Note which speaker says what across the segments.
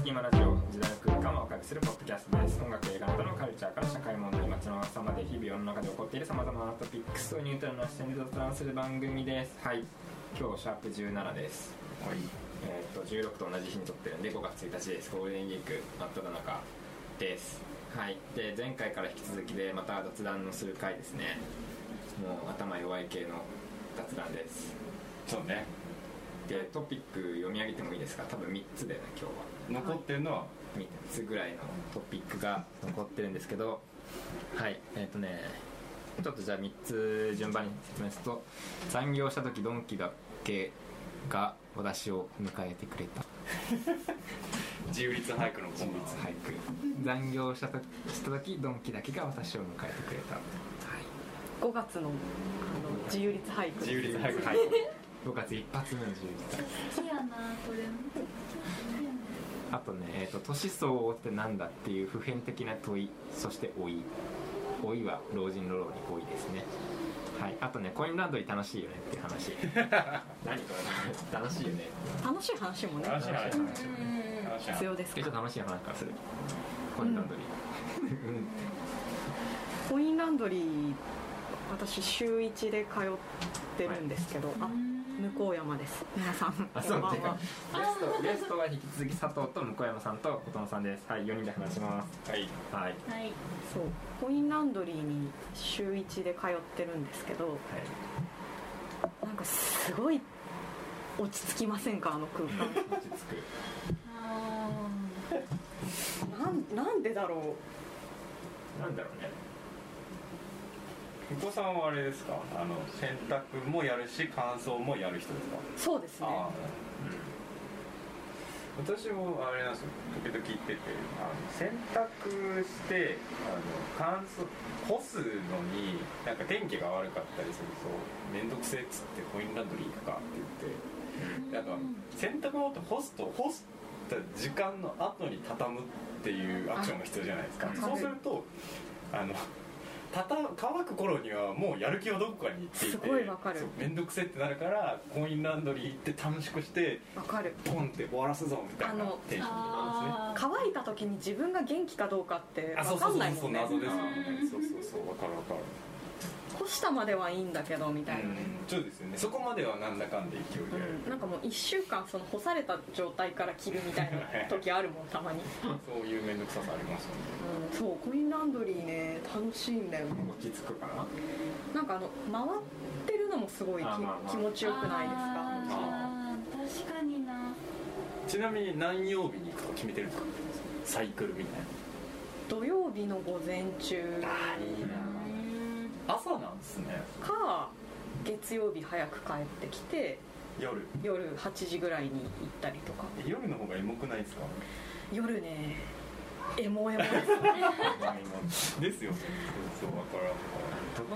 Speaker 1: 隙間ラジオ時代の空間を明るくするポッドキャストです音楽映画などのカルチャーから社会問題街の朝まで日々世の中で起こっているさまざまなトピックスをニュートラルな視点で雑談する番組ですはい今日シャープ17です
Speaker 2: はい
Speaker 1: えーっと16と同じ日に撮ってるんで5月1日ですゴールデンウィーク真っ只中ですはいで前回から引き続きでまた雑談のする回ですねもう頭弱い系の雑談です
Speaker 2: そうね
Speaker 1: でトピック読み上げてもいいですか多分3つだよね今日は
Speaker 2: 残ってるのは
Speaker 1: 3つぐらいのトピックが残ってるんですけどはいえっ、とねちょっとじゃあ3つ順番に説明すると残業した時ドンキだけが私を迎えてくれた
Speaker 2: 自由律俳句のコーナー
Speaker 1: 俳句残業した時した時ドンキだけが私を迎えてくれたは
Speaker 3: 5月のあの自由律俳句
Speaker 2: 自由律俳句
Speaker 1: い、はい、5月一発目の自由日
Speaker 4: 好きやなこれも
Speaker 1: あとね、えーと「年相応ってなんだ?」っていう普遍的な問いそして老い老いは老人の老に老いですねはいあとねコインランドリー楽しいよねっていう話何これ楽しいよね
Speaker 3: 楽しい話もね
Speaker 2: 楽しい話
Speaker 1: うん
Speaker 2: 話
Speaker 3: 必要です
Speaker 1: えちょ
Speaker 3: か
Speaker 1: っと楽しい話からするコインランドリー、うん
Speaker 3: コインランドリー私週1で通ってるんですけど、あ向山です皆 さん
Speaker 1: あそうてかゲストゲストは引き続き佐藤と向山さんと琴野さんですはい4人で話します
Speaker 2: はい
Speaker 1: はい
Speaker 4: はい
Speaker 3: そうコインランドリーに週1で通ってるんですけどなんかすごい落ち着きませんかあの空間
Speaker 1: はい落ち着く
Speaker 4: あ
Speaker 3: なんなんでだろ
Speaker 1: なんだろうね
Speaker 2: お子さんはあれですかあの洗濯もやるし乾燥もやる人ですか
Speaker 3: うそうですね
Speaker 2: ああ私もあれなんですよ時々行っててあの洗濯してあの乾燥干すのになんか天気が悪かったりすると面倒くせえっつってコインランドリー行くかって
Speaker 1: うん
Speaker 2: 言ってなんか洗濯物って干すと干した時間の後に畳むっていうアクションが必要じゃないですか
Speaker 1: あ
Speaker 2: そうするとあの畳む乾く頃にはもうやる気はどこかに行っていて
Speaker 3: すごいわかる
Speaker 2: そう面倒くせえってなるからコインランドリー行って短縮して
Speaker 3: わかる
Speaker 2: ポンって終わらすぞみたいな
Speaker 3: あの
Speaker 2: テンションで
Speaker 4: ー
Speaker 2: あ
Speaker 4: あー
Speaker 3: 乾いた時に自分が元気かどうかって
Speaker 2: あそ
Speaker 3: 分
Speaker 2: う
Speaker 3: か
Speaker 2: そう
Speaker 3: んな
Speaker 2: そ
Speaker 3: いうも
Speaker 2: そうん
Speaker 3: ね
Speaker 2: 謎ですよねそうそうそうわかるわかる
Speaker 3: 干したまではいいんだけどみたいな、
Speaker 2: うんそうですよねそこまではなんだかんで勢いでやる
Speaker 3: うんなんかもう1週間その干された状態から着るみたいな時あるもんたまに、
Speaker 2: そういう面倒くささありますよね
Speaker 3: うん、そうコインランドリーね楽しいんだよね
Speaker 1: 落ち着くかな
Speaker 3: なんかあの回ってるのもすごいき
Speaker 1: あまあまあ
Speaker 3: 気持ちよくないですか
Speaker 4: あー確かにな
Speaker 2: ちなみに何曜日に行くとか決めてるんですかサイクルみたい
Speaker 3: 土曜日の午前中
Speaker 2: なあいいな朝なんですね
Speaker 3: か月曜日早く帰ってきて
Speaker 2: 夜
Speaker 3: 夜8時ぐらいに行ったりとか
Speaker 2: 夜の方がエモくないですか
Speaker 3: 夜ねエモ エモです
Speaker 2: ですよねそうそうわからんわ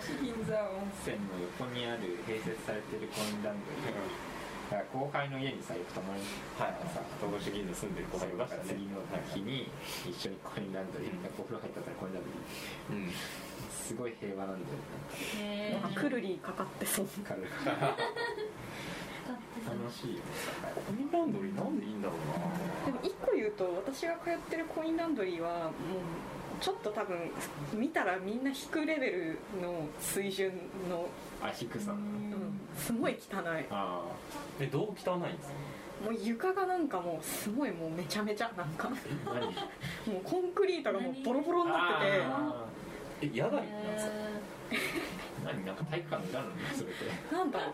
Speaker 1: 戸越銀座温泉の横にある併設されてるコインランドリーだから後輩の家にさよく泊まりに
Speaker 2: はいさ戸越銀座住んでる子がいま
Speaker 1: だ
Speaker 2: し
Speaker 1: か
Speaker 2: た
Speaker 1: ら
Speaker 2: ね
Speaker 1: 次の日に一緒にコインランドリーお風呂入ったからコインランドリ
Speaker 2: うん
Speaker 1: ーすごい平和なんだよ
Speaker 4: へ
Speaker 3: なんかくるりかかってそう
Speaker 1: ね軽い楽しいよね
Speaker 2: コインランドリーなんでいいんだろう
Speaker 3: でも1個言うと私が通ってるコインランドリーはもうちょっと多分見たらみんな引くレベルの水準の、
Speaker 1: あ低さ
Speaker 3: うん、すごい汚い
Speaker 1: あ
Speaker 2: なえどう汚いんですか
Speaker 3: もう床がなんかもうすごいもうめちゃめちゃなんかも
Speaker 1: あ何
Speaker 3: うコンクリートがもうボロボロになってて
Speaker 1: あ
Speaker 2: え野外なんですか
Speaker 4: え
Speaker 1: ー何なんか体育館の裏なのそれって
Speaker 3: なんだろ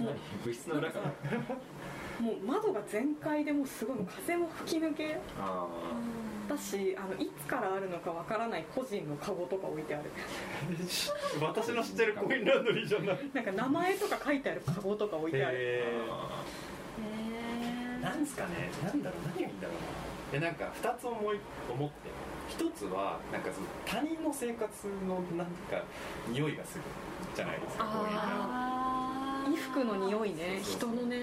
Speaker 1: 何部室の裏から
Speaker 3: うもう窓が全開でもうすごいもう風も吹き抜け
Speaker 1: あ
Speaker 3: だしあのいつからあるのかわからない個人のカゴとか置いてある
Speaker 2: 私の知ってるコインランドリーじゃない
Speaker 3: なんか名前とか書いてあるカゴとか置いてある
Speaker 1: ー
Speaker 2: え
Speaker 1: あ
Speaker 4: ー
Speaker 2: なんですかねなんだろう何がいいんだろうなでなんか2つ思い思って一つはなんかその他人の生活のなんか匂いがするじゃないですかこういうの
Speaker 4: あー
Speaker 3: 衣服の匂いね
Speaker 2: そうそ
Speaker 3: 人
Speaker 2: うそう
Speaker 3: のね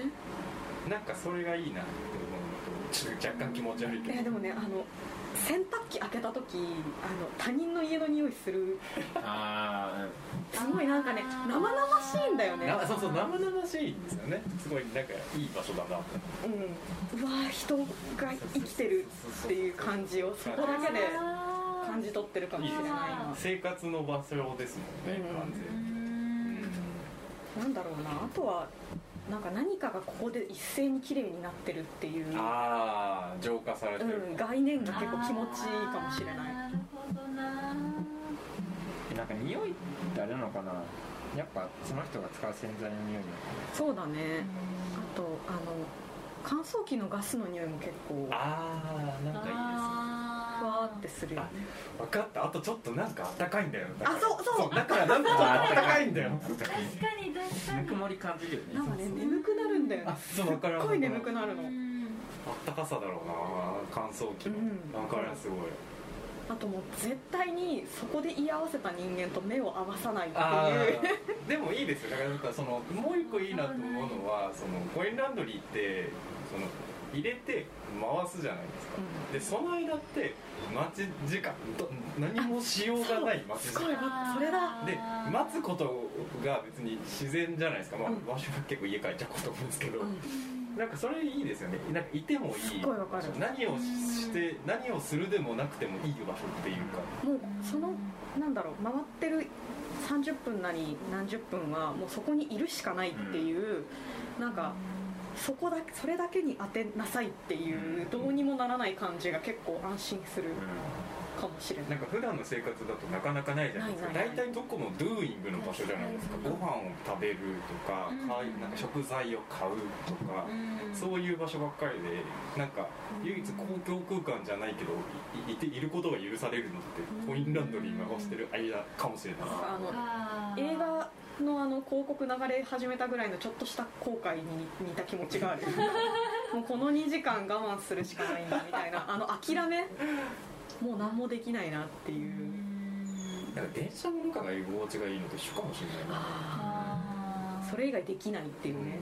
Speaker 2: なんかそれがいいなって思うとちょっと若干気持ち悪い
Speaker 3: い
Speaker 2: け
Speaker 3: やで
Speaker 2: ど
Speaker 3: もねあの洗濯機開けた時あの他人の家の匂いする
Speaker 1: ーあ
Speaker 3: すすごいなんかね生々しいんだよね
Speaker 2: なそうそう生々しいんですよねすごいなんかいい場所だな
Speaker 3: うん、うわー人が生きてるっていう感じをそこだけで感じ取ってるかもしれないな
Speaker 2: 生活の場所ですもんね、
Speaker 3: うん
Speaker 2: 完
Speaker 4: う
Speaker 2: 全に
Speaker 4: ん
Speaker 3: なんだろうなあとはなんか何かがここで一斉に綺麗になってるっていう、
Speaker 2: ああ浄化され
Speaker 3: う
Speaker 2: てる、
Speaker 3: ん、概念が結構気持ちいいかもしれない
Speaker 4: なるほどな
Speaker 1: なんか匂いってあれなのかなやっぱその人が使う洗剤の匂いなの
Speaker 3: そうだねあとあの乾燥機のガスの匂いも結構
Speaker 2: ああなんかいいです
Speaker 4: あ
Speaker 3: ふわーってするよね
Speaker 2: ね分かったあとちょっとなんかあったかいんだよ
Speaker 3: あそうそう
Speaker 2: だからなんかあったかいんだよ
Speaker 4: 確かに確か
Speaker 1: ぬ
Speaker 4: に
Speaker 1: くもり感じるよね
Speaker 3: なんかね眠くなるんだよね
Speaker 2: あ
Speaker 3: す
Speaker 2: そうわかる
Speaker 3: っごい眠くなるの
Speaker 4: うん
Speaker 2: あったかさだろうな乾燥機の、
Speaker 3: うん
Speaker 2: だからすごい
Speaker 3: あともう絶対にそこで居合わせた人間と目を合わさないって
Speaker 2: あ
Speaker 3: いう
Speaker 2: ーでもいいですよだからなんかそのもう一個いいなと思うのはそのコインランドリーってその入れて回すじゃないですか、で
Speaker 3: う
Speaker 2: その間って待ち時間ど何もしようがない待ち時
Speaker 3: すご
Speaker 2: 間
Speaker 3: いわそれだ
Speaker 2: で待つことが別に自然じゃないですか、まあ
Speaker 3: うん
Speaker 2: わしは結構家帰っちゃうこと多いんですけど、
Speaker 3: うん
Speaker 2: なんかそれいいですよねなんかいてもいい
Speaker 3: すっごいわかる
Speaker 2: 何をしして何をするでもなくてもいい場所っていうか
Speaker 3: もうそのなんだろう回ってる30分なり何十分はもうそこにいるしかないっていう、なんかそこだけそれだけに当てなさいっていうどうにもならない感じが結構安心するかもしれない
Speaker 2: なんか普段の生活だとなかなかないじゃないですか
Speaker 3: な
Speaker 2: 大
Speaker 3: いないない
Speaker 2: 体どこもドゥーイングの場所じゃないですか
Speaker 4: うん
Speaker 2: ご飯を食べるとか,、
Speaker 4: うん
Speaker 2: 買いなんか食材を買うとか、
Speaker 4: うん
Speaker 2: そういう場所ばっかりでなんか唯一公共空間じゃないけどいいいていることが許されるのってコインランドリー回してる間かもしれない
Speaker 3: あの
Speaker 4: あー
Speaker 3: 映画のあの広告流れ始めたぐらいのちょっとした後悔に似た気持ちが あるもうこの2時間我慢するしかないんだみたいなあの諦めもう何もできないなっていううん
Speaker 2: なんか電車の中が居心地がいいのと一緒かもしれないな
Speaker 3: あ
Speaker 4: あ
Speaker 3: ー
Speaker 4: ー
Speaker 3: それ以外できないっていうね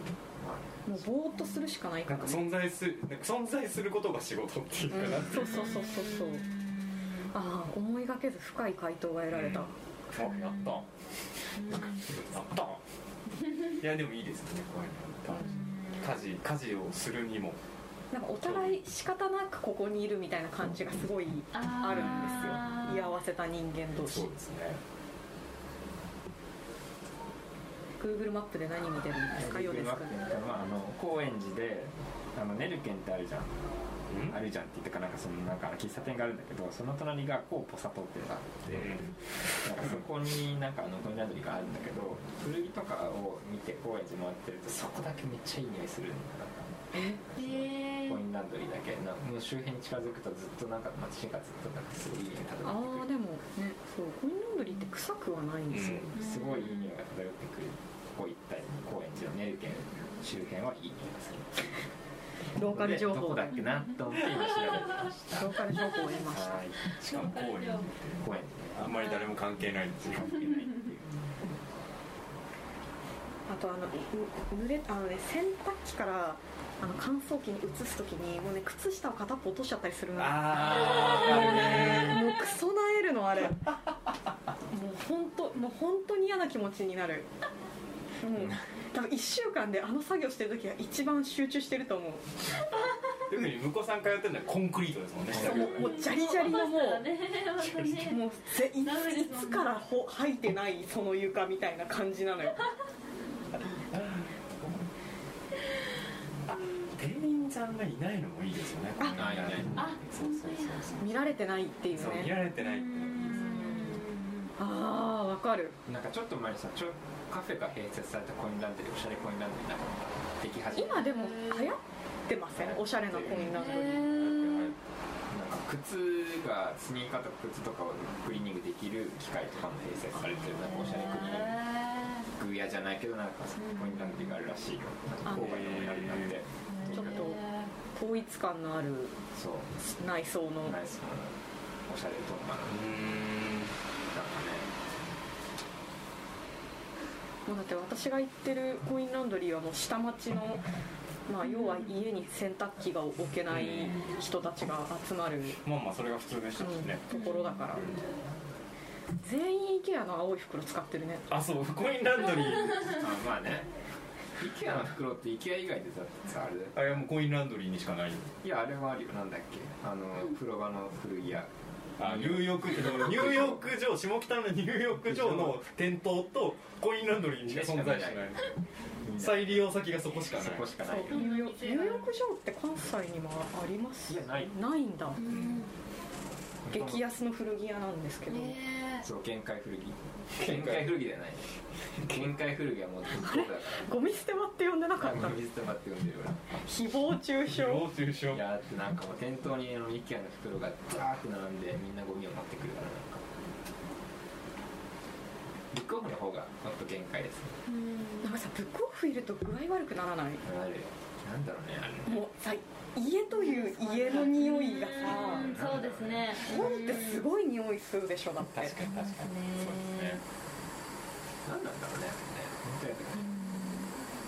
Speaker 3: もうぼーっとするしかない
Speaker 2: な
Speaker 3: か
Speaker 2: ん
Speaker 3: ら
Speaker 2: か
Speaker 3: ね
Speaker 2: 存在するなんか存在することが仕事っていうかな、
Speaker 3: うんそうそうそうそうそうああ思いがけず深い回答が得られた、
Speaker 2: うんあやったやったいやでもいいですよねこういうのって家事家事をするにも
Speaker 3: なんかお互い仕方なくここにいるみたいな感じがすごいあるんですよ居合わせた人間同士
Speaker 2: そうですね
Speaker 3: Google マッせで何見てるんですかヨですか
Speaker 1: まあ、あの高円寺であのネルケンってあるじゃんあるじゃんって言ってかなんかそのなんか喫茶店があるんだけどその隣がコーポサトっていうのがあって、なんかそこになんかあのコインランドリーがあるんだけど古着とかを見て高円寺回ってるとそこだけめっちゃいい匂いするんだな
Speaker 3: え
Speaker 4: へー
Speaker 1: コインランドリーだけなんかもう周辺に近づくとずっとなんか街がずっとなんかすごいいい匂い漂
Speaker 3: ああ
Speaker 1: ってく
Speaker 3: でもねそうコインランドリーって臭くはないんですよ、
Speaker 1: るすごいいい匂いが漂ってくるここ一帯に高円寺のネルケン周辺はいい匂いがする
Speaker 3: ローカル情
Speaker 1: どこ
Speaker 3: 報
Speaker 1: だっけなと思って今調べてました
Speaker 3: ローカル情報を得ました
Speaker 1: はい
Speaker 2: しかも公園って
Speaker 1: 高円
Speaker 2: あんまり誰も関係ないんですよ
Speaker 1: 寺に関係ないっていう
Speaker 3: あとあのう濡れあのね洗濯機からあの乾燥機に移すときにもうね靴下を片っぽ落としちゃったりするのも
Speaker 2: あーあるね
Speaker 3: うクソなえるのあれもう本当もう本当に嫌な気持ちになるもう多分1週間であの作業してる時が一番集中してると思う
Speaker 2: 特に向こうさん通ってるのはコンクリートですもんね
Speaker 1: そう
Speaker 3: もうもうジャリジャリのもう
Speaker 4: またねまたね
Speaker 3: もうぜい
Speaker 4: ダメです
Speaker 3: つ
Speaker 4: もんね
Speaker 3: いつからほ履いてないその床みたいな感じなのよ
Speaker 2: 店員さんがいないのもいいですよね
Speaker 3: あ
Speaker 1: ないない
Speaker 4: あ
Speaker 2: そうそうそう
Speaker 3: 見られてないっていう
Speaker 2: そうそう見
Speaker 3: ね
Speaker 2: られてないっていうのがいいですよね
Speaker 3: ああわかる
Speaker 1: なんかちょっと前にさちょカフェが併設されたコインランドリーおしゃれコインランドリーなんかでき始め
Speaker 3: 今でも流行ってませんおしゃれなコインランドリー
Speaker 4: へー
Speaker 1: なんか靴がスニーカーとか靴とかをクリーニングできる機械とかも併設されてるなんかおしゃれクリーニング屋じゃないけどなんかコインランドリーがあるらしいよなんか郊外のお部屋になって
Speaker 3: ちょっと統一感のある
Speaker 1: そう
Speaker 3: 内装の
Speaker 1: ナイスなおしゃれとか
Speaker 2: うー
Speaker 1: なんかね
Speaker 3: もうだって私が行ってるコインランドリーはもう下町の、まあ、要は家に洗濯機が置けない人たちが集まる、
Speaker 2: んまあまあそれが普通でしたしね
Speaker 3: うんところだから全員 IKEA の青い袋使ってるね
Speaker 2: あそうコインランドリー
Speaker 1: あまあね IKEA の袋って IKEA 以外でだってさあれだよ
Speaker 2: あれはもうコインランドリーにしかないよ
Speaker 1: いやあれもあるよなんだっけあの風呂場の古着屋
Speaker 2: あニューヨークニューヨーク城下北のニューヨーク城の店頭とコインランドリーにしか存在しない再利用先がそこしかない
Speaker 1: そこしか
Speaker 3: そ
Speaker 1: ない
Speaker 3: う
Speaker 1: よ
Speaker 3: ニューヨニューヨーク城って関西にもあります
Speaker 1: いやない
Speaker 3: ないんだ
Speaker 4: うん
Speaker 3: 激安の古着屋なんですけど、
Speaker 4: ね
Speaker 1: そう限界古着限界古着じゃない限界古着はもうずっとだか
Speaker 3: ゴミ捨て場って呼んでなかっ
Speaker 1: ら
Speaker 3: た
Speaker 1: 水とかって呼んでるか
Speaker 3: 誹謗中傷
Speaker 2: 誹謗中傷
Speaker 1: らいやだってなんかもう店頭にあの IKEA の袋がザーって並んでみんなゴミを持ってくるからなんかブックオフの方がもっと限界ですね
Speaker 3: なんかさブックオフいると具合悪くならない
Speaker 1: あるよなんだろうねあれね
Speaker 3: もうさ家という家の匂いがさ
Speaker 4: うんそうですね
Speaker 3: 本ってすごい匂いするでしょだって
Speaker 1: 確かに確かに
Speaker 2: そうですね
Speaker 1: 何なんだろうねあれね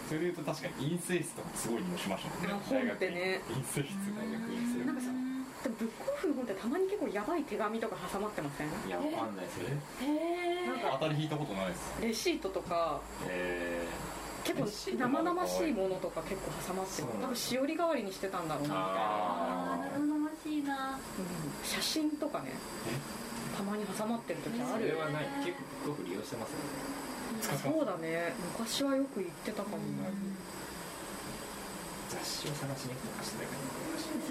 Speaker 2: それでいうと確かに陰性質とかすごいにもしましたもんね
Speaker 3: あ本ってね
Speaker 2: 大学陰性質
Speaker 1: 大学院生
Speaker 3: なんかさでもブックオフの本ってたまに結構やばい手紙とか挟まってません
Speaker 1: いやわかんないですよね
Speaker 4: へえ
Speaker 3: なんか
Speaker 2: 当たり引いたことないです
Speaker 3: レシートとか
Speaker 1: え
Speaker 3: 結構生々しいものとか結構挟まっ
Speaker 1: そ
Speaker 3: て
Speaker 1: う
Speaker 3: る
Speaker 1: なんだ
Speaker 3: 多分しおり代わりにしてたんだろうなみたいな、
Speaker 4: あー生々しいな
Speaker 3: うん写真とかねたまに挟まってる時
Speaker 1: ー
Speaker 3: あ
Speaker 1: そ
Speaker 3: る
Speaker 1: れ
Speaker 3: よ
Speaker 1: はない結構僕利用してますよね
Speaker 3: そうだね昔はよく行ってたかも、
Speaker 1: 雑誌を探しに行くとかしてた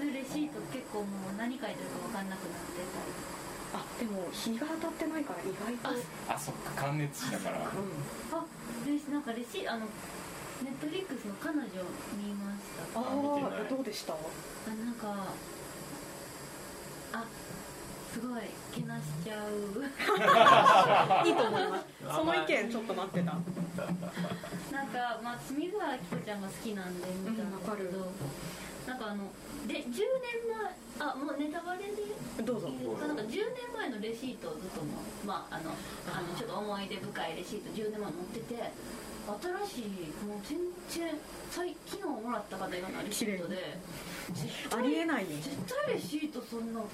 Speaker 1: けど
Speaker 4: そういうレシート結構もう何書いてるか分かんなくなってたり
Speaker 3: あでも日が当たってないから意外と
Speaker 2: あそっか感熱したから
Speaker 3: う
Speaker 4: あでなんかレシあのネットフリックスの彼女見ましたあ
Speaker 3: ん、あ
Speaker 2: 見てな
Speaker 3: あ
Speaker 2: い
Speaker 3: どうでした
Speaker 4: なんかあすごいけなしちゃう
Speaker 3: いいと思いますその意
Speaker 1: 見
Speaker 3: 見ちょっと待ってた
Speaker 4: なんか、まあ、水原希子ちゃんが好きなんで見たんですけど、
Speaker 3: うんわ
Speaker 4: なんかあので10年前あもうネタバレで
Speaker 3: どうぞ
Speaker 4: なんか10年前のレシートをずっともう、まあ、あのあのちょっと思い出深いレシート10年前持ってて新しいもう全然最昨日もらった方がのレシートで絶
Speaker 3: あ
Speaker 4: 対
Speaker 3: りえないよ、
Speaker 4: 絶対レシートそんな
Speaker 3: はい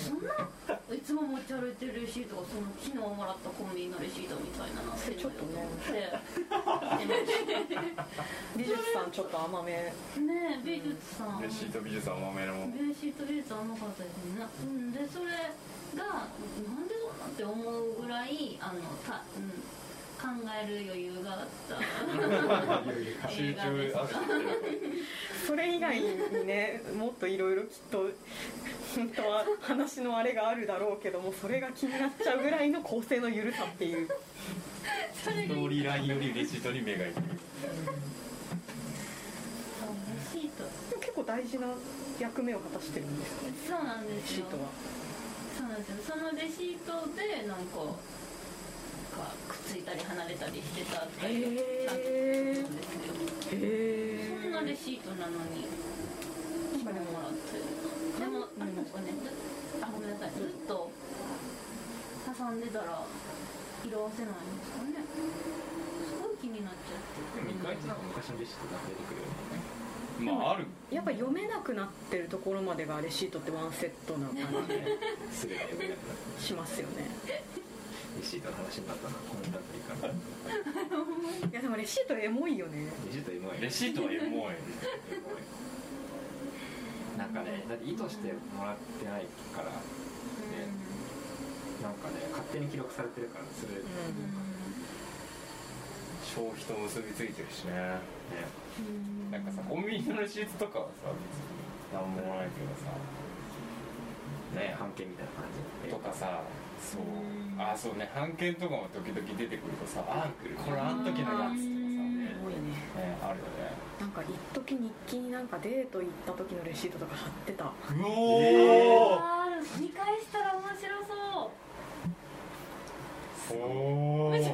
Speaker 4: そんないつも持ち歩いてるレシートがその昨日もらったコンビニのレシートみたいなの
Speaker 3: それちょっとね
Speaker 4: ね
Speaker 3: 美術さんちょっと甘め
Speaker 4: ねえ美術さん
Speaker 2: レシート美術は甘めの
Speaker 4: ベーシートビーツ甘かったですねなうんでそれがなんでそうなんて思うぐらいあのた、うん、考える余裕があった
Speaker 2: 集中ある
Speaker 3: それ以外にねもっといろいろきっと本当は話のあれがあるだろうけどもそれが気になっちゃうぐらいの構成の緩さっていう
Speaker 4: それ
Speaker 2: スト
Speaker 4: がいい
Speaker 2: ーリーラインよりレシートに目がいく
Speaker 4: そうレシート
Speaker 3: でも結構大事な役目を果たしてるんですよね
Speaker 4: そうなんです
Speaker 3: シー
Speaker 4: よ
Speaker 3: トは
Speaker 4: そうなんですよそのレシートでなんかかくっついたり離れたりしてたっていう感
Speaker 3: へ
Speaker 4: じな
Speaker 3: えへ
Speaker 4: んですよそんなレシートなのに今もらってでもあれですかねずあごめんなさいずっと挟んでたら色褪せないんですかねすごい気になっちゃって
Speaker 1: 意外となんか昔のレシートが出てくるよね
Speaker 2: まあある
Speaker 3: やっぱ読めなくなってるところまでがレシートってワンセットな感
Speaker 1: すべて読めなくなって
Speaker 3: じしますよ
Speaker 1: レ
Speaker 3: ね
Speaker 1: シートの話になったなこのランドリーから
Speaker 3: いやでもレシートエモいよね
Speaker 1: レシートエモい
Speaker 2: レシートはエモ
Speaker 1: エ
Speaker 2: い
Speaker 1: モいなんかねだって意図してもらってないから
Speaker 4: う
Speaker 1: なんかね勝手に記録されてるからそれね
Speaker 2: 消費と結びついてるしねなんかさコンビニのレシートとかはさ別に何もないけどさ
Speaker 1: ね半券みたいな感じ
Speaker 2: とかさそう
Speaker 4: うん
Speaker 2: あそうね版権とかも時々出てくるとさあこれあん時のやつとかさね
Speaker 3: エモいね
Speaker 2: ねあるよね
Speaker 3: なんか一時日記になんかデート行った時のレシートとか貼ってた
Speaker 2: う
Speaker 4: お
Speaker 2: お
Speaker 4: 見返したら面白そう
Speaker 2: ーおー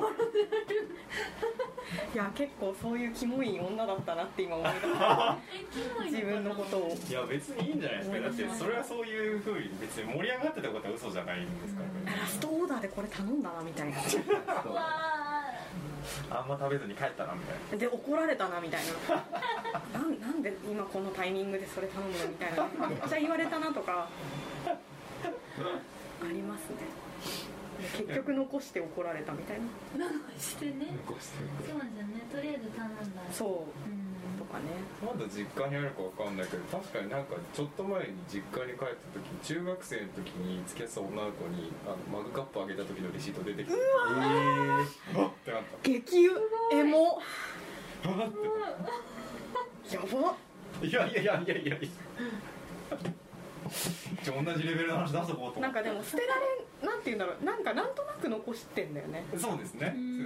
Speaker 3: いや結構そういうキモい女だったなって今思い出した
Speaker 4: えキモ い
Speaker 3: 自分のことを
Speaker 2: いや別にいいんじゃないですかだってそれはそういうふうに別に盛り上がってたことは嘘じゃないんですから
Speaker 3: あラストオーダーでこれ頼んだなみたいな
Speaker 4: うわ
Speaker 2: あんま食べずに帰ったなみたいな
Speaker 3: で怒られたなみたいななんなんで今このタイミングでそれ頼むのみたいなめっちゃ言われたなとかありますね
Speaker 4: ー
Speaker 3: 結局残して怒られたみたいな
Speaker 4: してね
Speaker 1: 残して
Speaker 4: そうですよねとりあえず頼んだう
Speaker 3: そ
Speaker 4: ん
Speaker 3: うとかね
Speaker 2: まだ実家にあるかわかんないけど確かになんかちょっと前に実家に帰った時に中学生の時に付き合ってた女の子にあのマグカップあげた時のレシート出てきてうわーってなった
Speaker 3: 激うエモ
Speaker 2: わーってなっ
Speaker 3: やば
Speaker 2: たいやいやいやいやいやいや一応同じレベルの話出そこうと思
Speaker 3: な
Speaker 2: っ
Speaker 3: ん
Speaker 2: て
Speaker 3: かでも捨てられんなんて言うんだろうなんかなんとなく残してんだよね
Speaker 2: そうですね
Speaker 4: う
Speaker 2: そ
Speaker 4: ん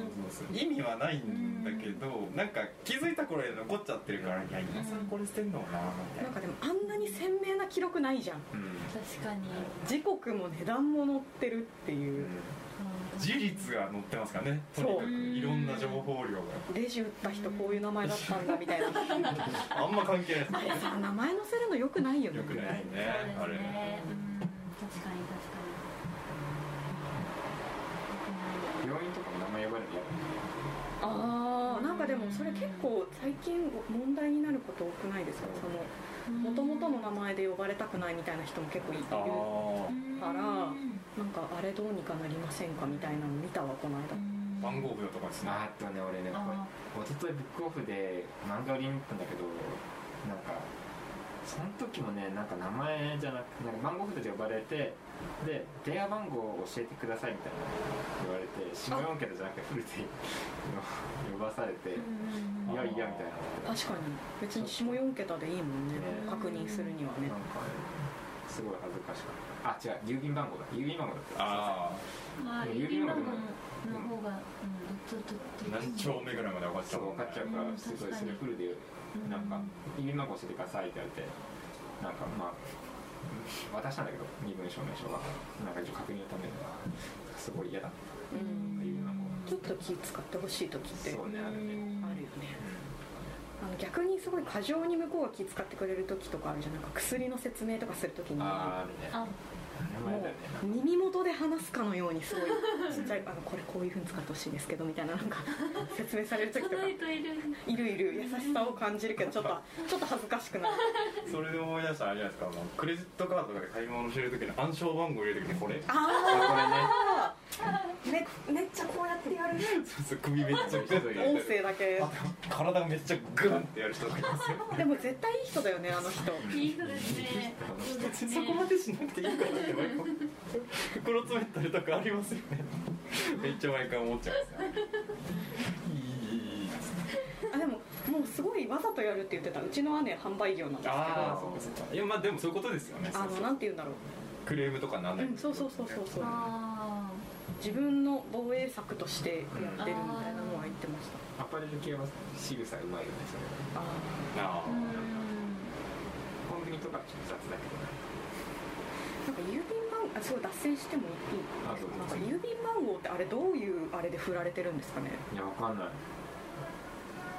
Speaker 2: うそうそうそうそう意味はないんだけどなんか気づいた頃に残っちゃってるからいや今さこれ捨てんのかなみたい
Speaker 3: なん
Speaker 2: な
Speaker 3: かでもあんなに鮮明な記録ないじゃん
Speaker 2: うん
Speaker 4: 確かに
Speaker 3: 時刻も値段も載ってるっていう
Speaker 2: 事実が載ってますからねとにか
Speaker 3: そ
Speaker 2: く
Speaker 3: う
Speaker 2: いろんな情報量が
Speaker 3: レジ打った人こういう名前だったんだみたいな
Speaker 2: あんま関係ないです
Speaker 3: あれさ名前載せるのよくないよね
Speaker 2: よくないね
Speaker 4: そうです
Speaker 2: あれ
Speaker 4: ねうん確かに確かによくない
Speaker 1: 病院とかも名前呼ばれるや
Speaker 3: ああなんかでもそれ結構最近問題になること多くないですかそのもともとの名前で呼ばれたくないみたいな人も結構いる
Speaker 2: ああ
Speaker 3: から
Speaker 4: うん
Speaker 3: なんかあれどうにかなりませんかみたいなの見たわこの間
Speaker 2: 番号表とかですね
Speaker 1: あーっとね俺ねこれ
Speaker 4: あ
Speaker 1: 一昨日ブックオフで漫画売りに行ったんだけどなんかその時もねなんか名前じゃなくてなんか番号札で呼ばれてで電話番号を教えてくださいみたいな言われて下4桁じゃなくてフルで 呼ばされて、
Speaker 4: ーうん
Speaker 1: いやいやみたいな
Speaker 3: 確かに別に下4桁でいいもんね
Speaker 1: ね
Speaker 3: 確認するにはね
Speaker 1: なんかすごい恥ずかしかったあ違う郵便番号だ郵便番号だった
Speaker 2: あ
Speaker 4: まあ郵便番号の方がうんどっち
Speaker 2: あ何丁目ぐらいまで分かっち
Speaker 1: そ
Speaker 2: ゃ
Speaker 1: う
Speaker 2: うもん
Speaker 1: 分か
Speaker 2: ね
Speaker 1: っちゃうから
Speaker 4: うん
Speaker 1: すご
Speaker 4: 確
Speaker 1: い
Speaker 4: かに
Speaker 1: それフルでなんか「郵便番号教えてください」って言われてなんかまあ渡したんだけど身分証明書はなんか一応確認のためにはすごい嫌だった
Speaker 3: うん
Speaker 1: 郵便番号
Speaker 3: ちょっと気使ってほしい時ってある
Speaker 1: そうねあるね
Speaker 3: よねあの逆にすごい過剰に向こうが気使ってくれる時とかあるじゃんなんか薬の説明とかする時に
Speaker 1: あーあるね
Speaker 4: あ
Speaker 1: 名前
Speaker 3: も
Speaker 1: だよね
Speaker 3: う耳元で話すかのようにすごいちっちゃいあのこれこういうふうに使ってほしいんですけどみたいななんか説明される時とか
Speaker 4: 届いている
Speaker 3: いるいる優しさを感じるけどちょっとちょっと恥ずかしくなる
Speaker 2: それで思い出したらあれじゃないですかあのクレジットカードとかで買い物してる時の暗証番号入れる時にこれ
Speaker 1: あ
Speaker 3: めめっちゃこうやってやる
Speaker 2: そうそう首めっちゃグッと入
Speaker 3: 音
Speaker 2: れて
Speaker 3: 声だけ
Speaker 2: あ体めっちゃグンってやる人とかいますよ
Speaker 3: でも絶対いい人だよねあの人
Speaker 4: いい人ですねそうですね
Speaker 2: そこまでしなくていいかなって毎回袋詰めたりとかありますよねめっちゃ毎回思っちゃうんですよいいいいいい
Speaker 3: あでももうすごいわざとやるって言ってたうちの姉販売業なんですけど
Speaker 2: ああそうかそうかいやまあでもそういうことですよね
Speaker 3: あのなんて言うんだろ
Speaker 2: クレームとかなん
Speaker 3: う、
Speaker 2: な
Speaker 3: う
Speaker 2: い
Speaker 3: ん、そうそうそうそうそう
Speaker 4: あ
Speaker 3: 自分の防衛策としてやってるみたいなのは言ってました
Speaker 1: アパレル系は仕草うまいよねそれ
Speaker 3: あ
Speaker 2: あ
Speaker 4: あう
Speaker 2: ー
Speaker 4: ん
Speaker 1: コンビニとかちょっと雑だけどね
Speaker 3: ーなんか郵便番号あすごい脱線してもいい
Speaker 1: あそう
Speaker 3: なんか郵便番号ってあれどういうあれで振られてるんですかね
Speaker 1: いやわかんない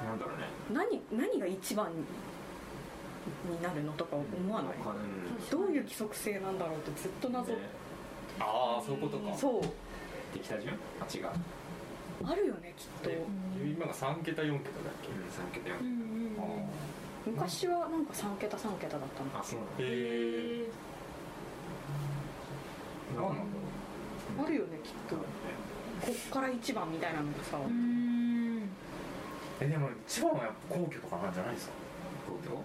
Speaker 1: なんだろうね
Speaker 3: 何何が一番にになるのとか思わない
Speaker 1: わかんうん
Speaker 4: 確か
Speaker 3: どういう規則性なんだろうってずっと謎、
Speaker 1: ね
Speaker 2: あーそういうことか
Speaker 3: そう
Speaker 1: できた順あ違う
Speaker 3: あるよねきっと
Speaker 2: 郵便番号3桁4桁だっ
Speaker 1: うん3
Speaker 2: け
Speaker 1: 桁4
Speaker 4: うんうんうん
Speaker 3: 昔はなんか3桁3桁だったの
Speaker 1: あそう
Speaker 2: へえ
Speaker 4: へ
Speaker 2: 何なんだろ
Speaker 3: あるよねきっとこっから1番みたいなのがさ
Speaker 4: ーうん
Speaker 2: うえでも一番はやっぱ皇居とかなんじゃないですか
Speaker 1: 東京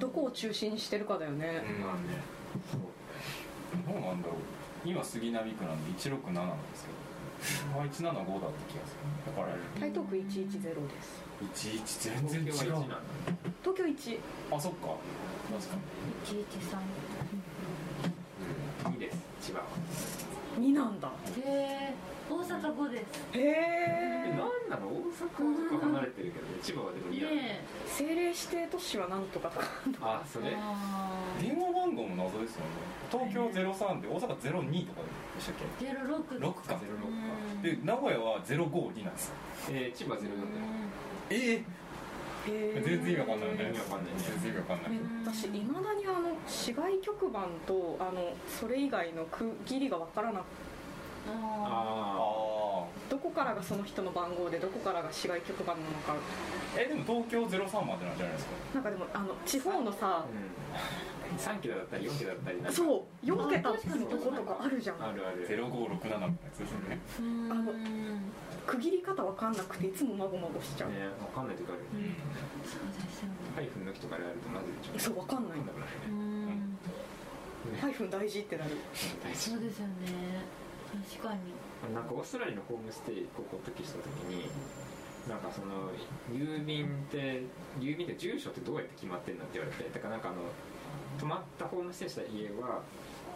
Speaker 3: どこを中心にしてるかだよね
Speaker 1: まあねそう
Speaker 2: どうなんだろう今杉並区なんで167なんですけどあ175だった気がするだから
Speaker 3: 台東区110です
Speaker 2: 11全然
Speaker 1: 東
Speaker 2: 違
Speaker 1: 京は一
Speaker 2: う
Speaker 1: なんだ
Speaker 3: 東京1
Speaker 2: あそっか確かに
Speaker 4: 一一三
Speaker 1: いいです千葉は
Speaker 3: 2なんだ
Speaker 4: へえ大阪五です
Speaker 3: へ
Speaker 1: え
Speaker 3: え
Speaker 1: なんなの大阪はちょっと離れてるけど千葉はでもいいや、
Speaker 4: ね
Speaker 3: 政令指定都市はなんとかとか
Speaker 1: あそ
Speaker 4: え
Speaker 1: れ
Speaker 4: あー
Speaker 2: 電話番号も謎ですよね東京03で大阪02とかでしたっけ
Speaker 4: ゼロ六
Speaker 2: 6か
Speaker 4: うん
Speaker 2: で名古屋は052なんですよ
Speaker 1: えー、千葉ゼロなんだよ
Speaker 2: え
Speaker 3: へ
Speaker 2: え
Speaker 3: ー
Speaker 2: 全然意味わかんないよ
Speaker 1: 意
Speaker 2: ね
Speaker 1: 味わかんないね
Speaker 2: 全然意味わかんない
Speaker 3: 私いまだにあの市外局番とあのそれ以外の区切りがわからなく
Speaker 4: あ
Speaker 1: あ
Speaker 2: あ
Speaker 3: どこからがその人の番号でどこからが市外局番なのか
Speaker 2: あえでも東京03までなんじゃないですか
Speaker 3: なんかでもあの地方のさ
Speaker 1: あうん
Speaker 2: 3桁だったり4桁だったりなんか
Speaker 3: そう4桁
Speaker 4: あ確かに
Speaker 3: のとことかあるじゃん
Speaker 1: あるある
Speaker 2: 0567みたいなやつですね
Speaker 4: うん
Speaker 3: あの区切り方わかんなくていつもまごまごしちゃう、
Speaker 1: ねわかんない時あるよね
Speaker 4: そうですよね
Speaker 1: ハイフン抜きとかであるとまずいちょっと
Speaker 3: そうわかんない
Speaker 1: わかんなくなる
Speaker 4: う
Speaker 1: ね
Speaker 4: ん
Speaker 3: ハイフン大事ってなる
Speaker 1: 大事
Speaker 4: そうですよね確かに
Speaker 1: なんかオーストラリアのホームステイここ時した時になんかその郵便って郵便って住所ってどうやって決まってんだって言われてだからなんかあの泊まったホームステイした家は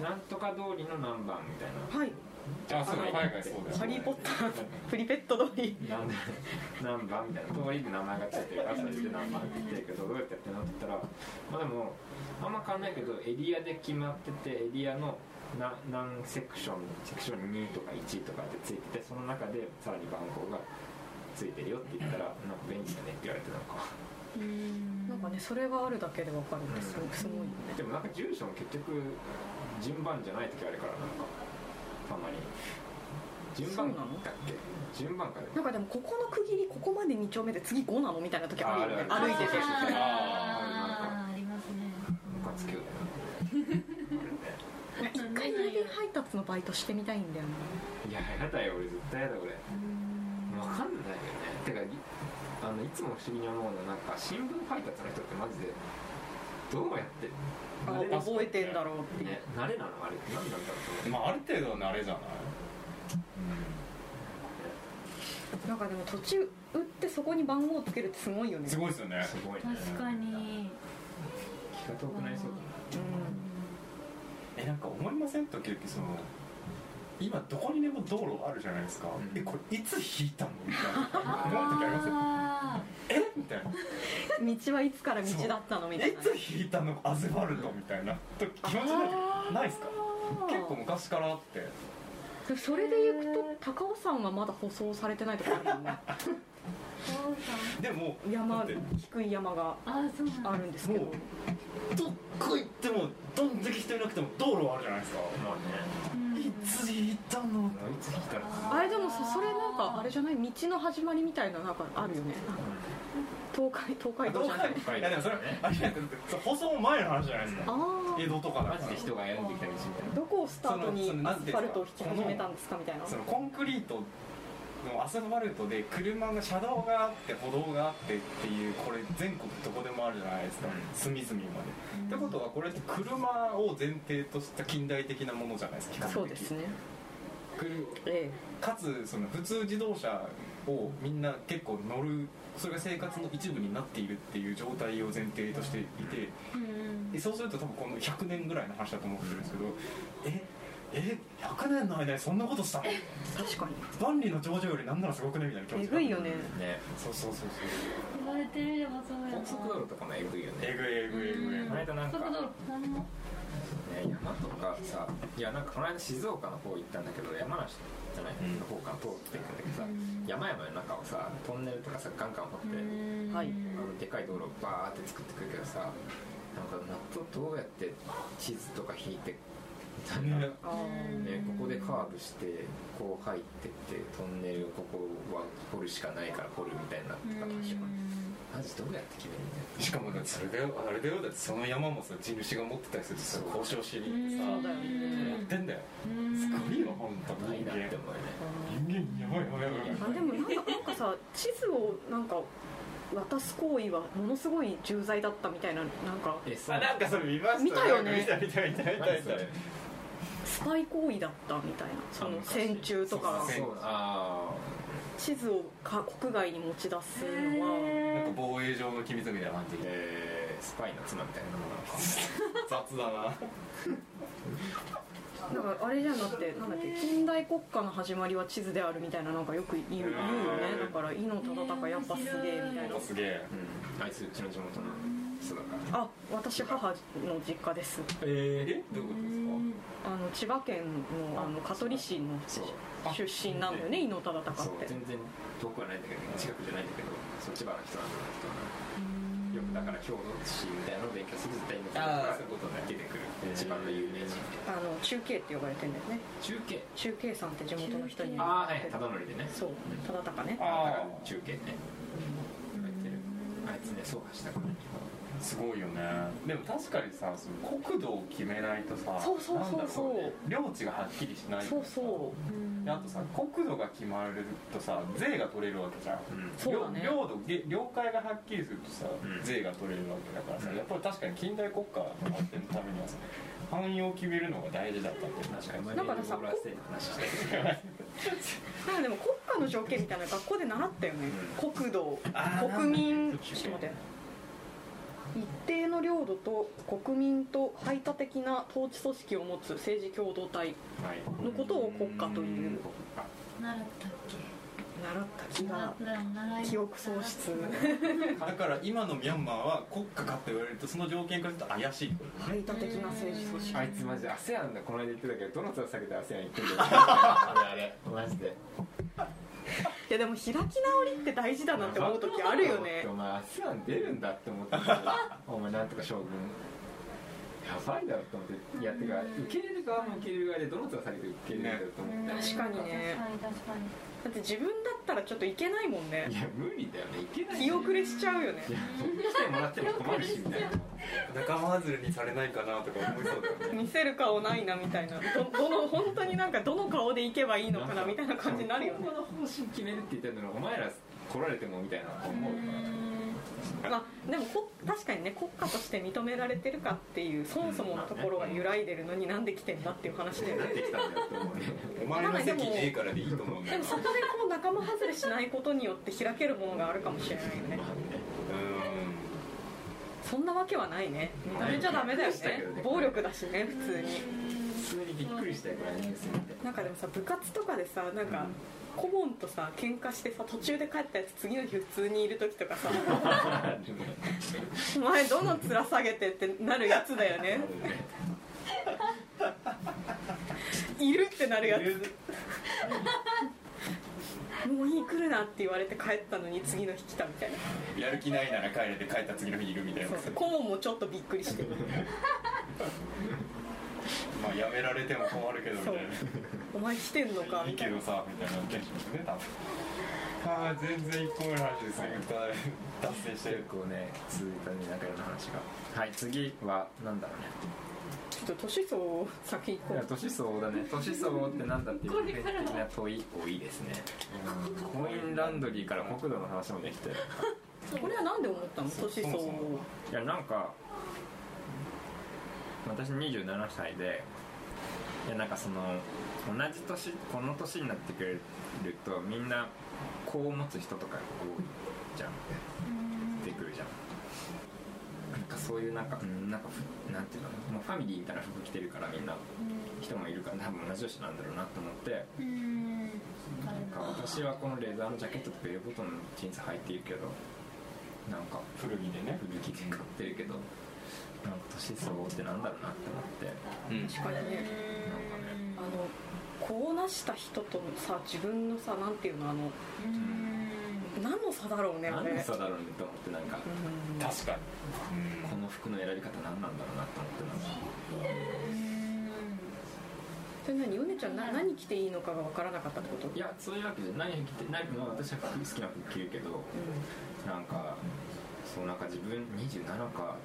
Speaker 1: なんとか通りの何番みたいな
Speaker 3: はい
Speaker 2: あそうだ
Speaker 1: あの
Speaker 2: 海外そうだ
Speaker 3: 「ハリー・ポッター」プリペット通り
Speaker 1: なんで何番みたいな通りで名前がついてる朝で何番って言ってるけどどうやってやってんのって言ったらまあでもあんま変わんないけどエリアで決まっててエリアのな何セクションセクション2とか1とかってついててその中でさらに番号がついてるよって言ったらなんか便利だねって言われてなんか
Speaker 4: うん
Speaker 3: なんかねそれがあるだけでわかるってすごすごいよね
Speaker 1: でもなんか住所も結局順番じゃない時あるからなんかたまに順番だっけ順番かで
Speaker 3: なんかでもここの区切りここまで2丁目で次5なのみたいな時あるよね
Speaker 1: あ
Speaker 3: 歩いてて
Speaker 1: あるある
Speaker 4: あーありますね
Speaker 1: ムカつくよね
Speaker 3: 一回郵便配達のバイトしてみたいんだよね
Speaker 1: いややだよ俺絶対やだこれ
Speaker 4: うん
Speaker 1: わかんないよねてかいあのいつも不思議に思うのはなんか新聞配達の人ってマジでどうやって慣れ
Speaker 3: あ覚えてんだろうっていう
Speaker 1: ね慣れなのあれ何なんだろうと思って
Speaker 2: まあある程度の慣れじゃない
Speaker 3: なんかでも途中売ってそこに番号つけるってすごいよね
Speaker 2: すごいですよね
Speaker 1: すごいね
Speaker 4: 確かに
Speaker 1: 気が遠くなりそうだ
Speaker 3: うん
Speaker 2: えなんか思いません時々その今どこにでも道路あるじゃないですか、
Speaker 1: うん
Speaker 2: えこれいつ引いたのみたいな思う時ありますよ
Speaker 4: あ
Speaker 2: えみたいな
Speaker 3: 道はいつから道だったのみたい
Speaker 2: い
Speaker 3: な
Speaker 2: つ引いたのアスファルトみたいな時気持ちないないですか結構昔からあって
Speaker 3: でもそれで行くと高尾山はまだ舗装されてないとこあるよね
Speaker 4: ーそうか
Speaker 2: でもだ
Speaker 3: 山
Speaker 2: って
Speaker 3: 低い山が
Speaker 4: あーそうなんだ
Speaker 3: あるんですけど
Speaker 2: もどっこ行ってもどんだけ人いなくても道路はあるじゃないですか
Speaker 1: まあね
Speaker 4: うん
Speaker 2: いつ引いたの
Speaker 1: いつ来たら
Speaker 3: あれでもさそれなんかあれじゃない道の始まりみたいななんかあるよねなんか東海東海道じゃない
Speaker 2: いやでもそれあれじゃなくてそれ舗装も前の話じゃないです
Speaker 3: あ
Speaker 2: か
Speaker 3: あ
Speaker 2: 江戸とか
Speaker 1: マ
Speaker 2: だか
Speaker 1: ジで
Speaker 2: ら
Speaker 1: 人が選んできたりしてみ
Speaker 3: どこをスタートに
Speaker 2: そのその
Speaker 3: アスファルトを引き始めたんですかみたいな
Speaker 2: そのコンクリートのアスファルトで車が車道があって歩道があってっていうこれ全国どこでもあるじゃないですか、隅々まで、ってことはこれって車を前提とした近代的なものじゃないですか比較的
Speaker 3: そうですね
Speaker 2: くる
Speaker 3: え
Speaker 2: かつその普通自動車をみんな結構乗るそれが生活の一部になっているっていう状態を前提としていて
Speaker 4: うんうん
Speaker 2: でそうすると多分この100年ぐらいの話だと思ってるんですけどええ100年の間にそんなことしたの
Speaker 3: え確かに
Speaker 2: 万里の長城よりなんならすごくねみたいな気持ち
Speaker 3: え
Speaker 2: にな
Speaker 3: ぐ
Speaker 2: る
Speaker 3: いよね
Speaker 1: たいなね
Speaker 2: そうそうそうそう
Speaker 4: 言われてみればそうやな
Speaker 1: 高速道路とかもえぐいよね
Speaker 2: えぐいえぐいえぐい
Speaker 4: うん
Speaker 1: この間なんか
Speaker 4: 高速道路ほんま
Speaker 1: ね山とかさいやなんかこの間静岡の方行ったんだけど山梨じゃない
Speaker 2: うん
Speaker 1: の方から通っていくんだけどさ、
Speaker 4: うん
Speaker 1: 山々の中をさトンネルとかさガンガン掘って、
Speaker 4: うん
Speaker 3: はい
Speaker 1: あのでかい道路をバーって作ってくるけどさなんか納豆どうやって地図とか引いてみたいな、ね、
Speaker 3: あー
Speaker 1: ここでカーブしてこう入ってってトンネルここは掘るしかないから掘るみたいな
Speaker 4: う
Speaker 1: とか確かに
Speaker 4: ん
Speaker 1: マジどうやって決めるんだよ
Speaker 2: しかもだってそれだよあれだよだってその山もさ地主が持ってたりするとさ交渉しに行
Speaker 3: そ
Speaker 2: っ
Speaker 3: う
Speaker 2: てさ持って
Speaker 3: だよね
Speaker 2: んだよ
Speaker 4: うん
Speaker 2: すごいよ本当
Speaker 1: ない
Speaker 2: 人間
Speaker 1: なって思うよね
Speaker 2: 人間やばいやばいやばいやばい
Speaker 3: あでもなんかなんかさ地図をなんか渡す行為はものすごい重罪だったみたいななんか
Speaker 1: えそう
Speaker 2: あなんかそれ見ました
Speaker 3: 見たよね
Speaker 2: 見た見た見た見た見た
Speaker 3: スパイ行為だったみたいなその
Speaker 1: あ昔
Speaker 3: 戦中とか
Speaker 2: そう
Speaker 1: そうああ
Speaker 3: 地図をか国外に持ち出すのは
Speaker 2: なん
Speaker 4: へ
Speaker 2: か防衛上の機密みたいな感じで
Speaker 1: えー、スパイの妻みたいなものなのか
Speaker 2: 雑だな
Speaker 3: なんかあれじゃなくてなんだっけ近代国家の始まりは地図であるみたいななんかよく言う言うよねだから伊能忠敬やっぱすげえみたいな
Speaker 2: なんかすげえ
Speaker 1: うんあいつうちの地元の人だから
Speaker 3: あ私母の実家です
Speaker 1: え
Speaker 2: えどういうことで
Speaker 4: ーうん
Speaker 3: あの千葉県のあの香取市の
Speaker 1: そう
Speaker 2: あ
Speaker 3: 出身なんだよね伊能忠敬
Speaker 1: そう
Speaker 3: って
Speaker 1: 全然遠くはないんだけど近くじゃないんだけどそっちばの人なんだな人がよくだから郷土史みたいなのを勉強する絶対に
Speaker 2: あー
Speaker 1: そういうことね出てくる
Speaker 2: へー
Speaker 1: 千葉の有名人
Speaker 3: あの中継って呼ばれてんだよね
Speaker 1: 中継
Speaker 3: 中継さんって地元の人に
Speaker 1: ああはい忠則でね
Speaker 3: そう忠敬ね
Speaker 2: あー
Speaker 1: 忠敬ね入ってるあいつね走破したから日本
Speaker 2: すごいよねでも確かにさその国土を決めないとさ
Speaker 3: そうそうそうそう
Speaker 2: なんだろね領地がはっきりしない
Speaker 3: そうそう
Speaker 2: であとさ国土が決まるとさ税が取れるわけじゃん
Speaker 3: そうだね
Speaker 2: 領領土げ領海がはっきりするとさ、
Speaker 1: うん
Speaker 2: 税が取れるわけだからさ、
Speaker 1: うん
Speaker 2: やっぱり確かに近代国家の発展のためにはさ範囲を決めるのが大事だったって確かに
Speaker 3: だからさ
Speaker 1: オーバーステイの話してる
Speaker 3: うなんかでも国家の条件みたいなの学校で習ったよね、国土
Speaker 1: あー
Speaker 3: 国民ちょっと待って一定の領土と国民と排他的な統治組織を持つ政治共同体
Speaker 1: はい
Speaker 3: のことを国家というん
Speaker 1: 国
Speaker 4: 習ったっ
Speaker 3: 習った
Speaker 4: け
Speaker 3: 気が
Speaker 4: 習い
Speaker 3: 記憶喪失
Speaker 2: だから今のミャンマーは国家かって言われるとその条件からすると怪しいってことね
Speaker 3: 排他的な政治組織
Speaker 1: 家あいつマジで ASEAN だこの間言ってたけどどの面下げて ASEAN 行ってるんだよあれあれマジで
Speaker 3: いやでも開き直りって大事だなって思う時あるよね
Speaker 1: お前 ASEAN 出るんだって思ってたお前なんとか将軍やばいだろと思っていやてか受け入れる側も受け入れる側でどの面下げて受け入れるんだよと思って、
Speaker 4: うん
Speaker 3: 確かにね
Speaker 4: 確かに確かに
Speaker 3: だって自分だったらちょっといけないもんね
Speaker 1: いや無理だよねいけない
Speaker 3: 気遅れしちゃうよね
Speaker 1: いや来てもらっても困るしみたいな
Speaker 2: 仲間外れにされないかなとか思いそうだよね
Speaker 3: 見せる顔ないなみたいなどどの本当になんかどの顔でいけばいいのかなみたいな感じになるよね
Speaker 1: 今後の方針決めるって言ったのにお前ら来られてもみたいな思う
Speaker 3: まあでもこ確かにね国家として認められてるかっていうそもそものところが揺らいでるのになんで来てんだっていう話だよ
Speaker 1: な っ
Speaker 3: ね
Speaker 1: てきたんだよと思うね
Speaker 2: お前の席ねえからでいいと思うんだ
Speaker 3: で
Speaker 2: よ
Speaker 3: も
Speaker 2: な
Speaker 3: そこでこう仲間外れしないことによって開けるものがあるかもしれないよね
Speaker 1: まあね
Speaker 2: う
Speaker 3: そんなわけはないね認めちゃダメだよね暴力だしね普通に
Speaker 1: 普通にびっくりしたよこれニュース見て
Speaker 3: なんかでもさ部活とかでさなんか顧問とさ喧嘩してさ途中で帰ったやつ次の日普通にいる時とか さ
Speaker 1: あるね
Speaker 3: 「お前どの面下げて」ってなるやつだよねいるってなるやつもういい来るなって言われて帰ったのに次の日来たみたいなん
Speaker 2: やる気ないなら帰れて帰った次の日いるみたいな
Speaker 3: そう顧問もちょっとびっくりして
Speaker 2: まあやめられても困るけどみたいな
Speaker 3: 「お前来てんの か」
Speaker 2: いい
Speaker 3: みた
Speaker 2: け
Speaker 3: いな
Speaker 2: どさみたいなテンションね多分あー全然一個目の話ですね達成して
Speaker 1: 結
Speaker 2: る
Speaker 1: 構ね続いたね仲良の話がはい次はなんだろうね
Speaker 3: ちょっと年相先行
Speaker 1: い
Speaker 3: こ
Speaker 1: や
Speaker 3: う
Speaker 1: 年相応だね年相応ってなんだっていう
Speaker 4: こ
Speaker 1: 普
Speaker 4: れ
Speaker 1: 遍
Speaker 4: から
Speaker 1: 的な問い多いですねうんコインランドリーから国土の話もできて
Speaker 3: これは何で思ったの年相
Speaker 2: そうそう
Speaker 3: 応
Speaker 1: いやなんか私27歳でいやなんかその同じ年この年になってくれるとみんなこう持つ人とかが多いじゃん出てくるじゃんなんかそういうなんかうんなんかふなんていうのもうファミリーみたいな服着てるからみんな人もいるから多分同じ年なんだろうなと思って
Speaker 4: うん
Speaker 1: なんか私はこのレザーのジャケットとベルボトムのジーンズ履いているけどなんか
Speaker 2: 古着でね
Speaker 1: 古着で買ってるけどなんか年相応ってなんだろうなって思って
Speaker 2: うん
Speaker 3: 確かにねあのこうなした人とのさ自分のさなんていうのあの何の差だろうねあれ
Speaker 1: 何の差だろうねと思ってなんか
Speaker 3: うん
Speaker 2: 確かに
Speaker 1: この服の選び方何なんだろうなと思ってなんか
Speaker 3: それ何うねちゃんな何着ていいのかが分からなかったってこと
Speaker 1: いやそういうわけじゃない着てないまあ私は服好きな服着るけど
Speaker 3: う
Speaker 1: なんかそうなんか自分27かって思ってなんか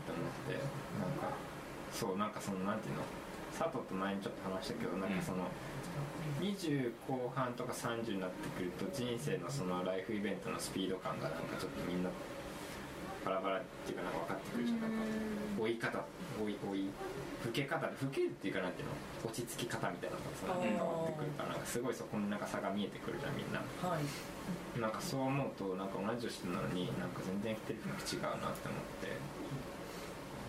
Speaker 1: そうなんかそのなんていうの佐藤と前にちょっと話したけどなんかその20後半とか30になってくると人生のそのライフイベントのスピード感がなんかちょっとみんなバラバラっていうかなんか分かってくるじゃんないか追い方追い追い老け方老けるっていうかなんていうの落ち着き方みたいなのがさ
Speaker 3: あー
Speaker 1: 変わってくるからなんかすごいそこになんか差が見えてくるじゃんみんなん
Speaker 3: はい
Speaker 1: なんかそう思うとなんか同じ人なのになんか全然着てる服違うなって思って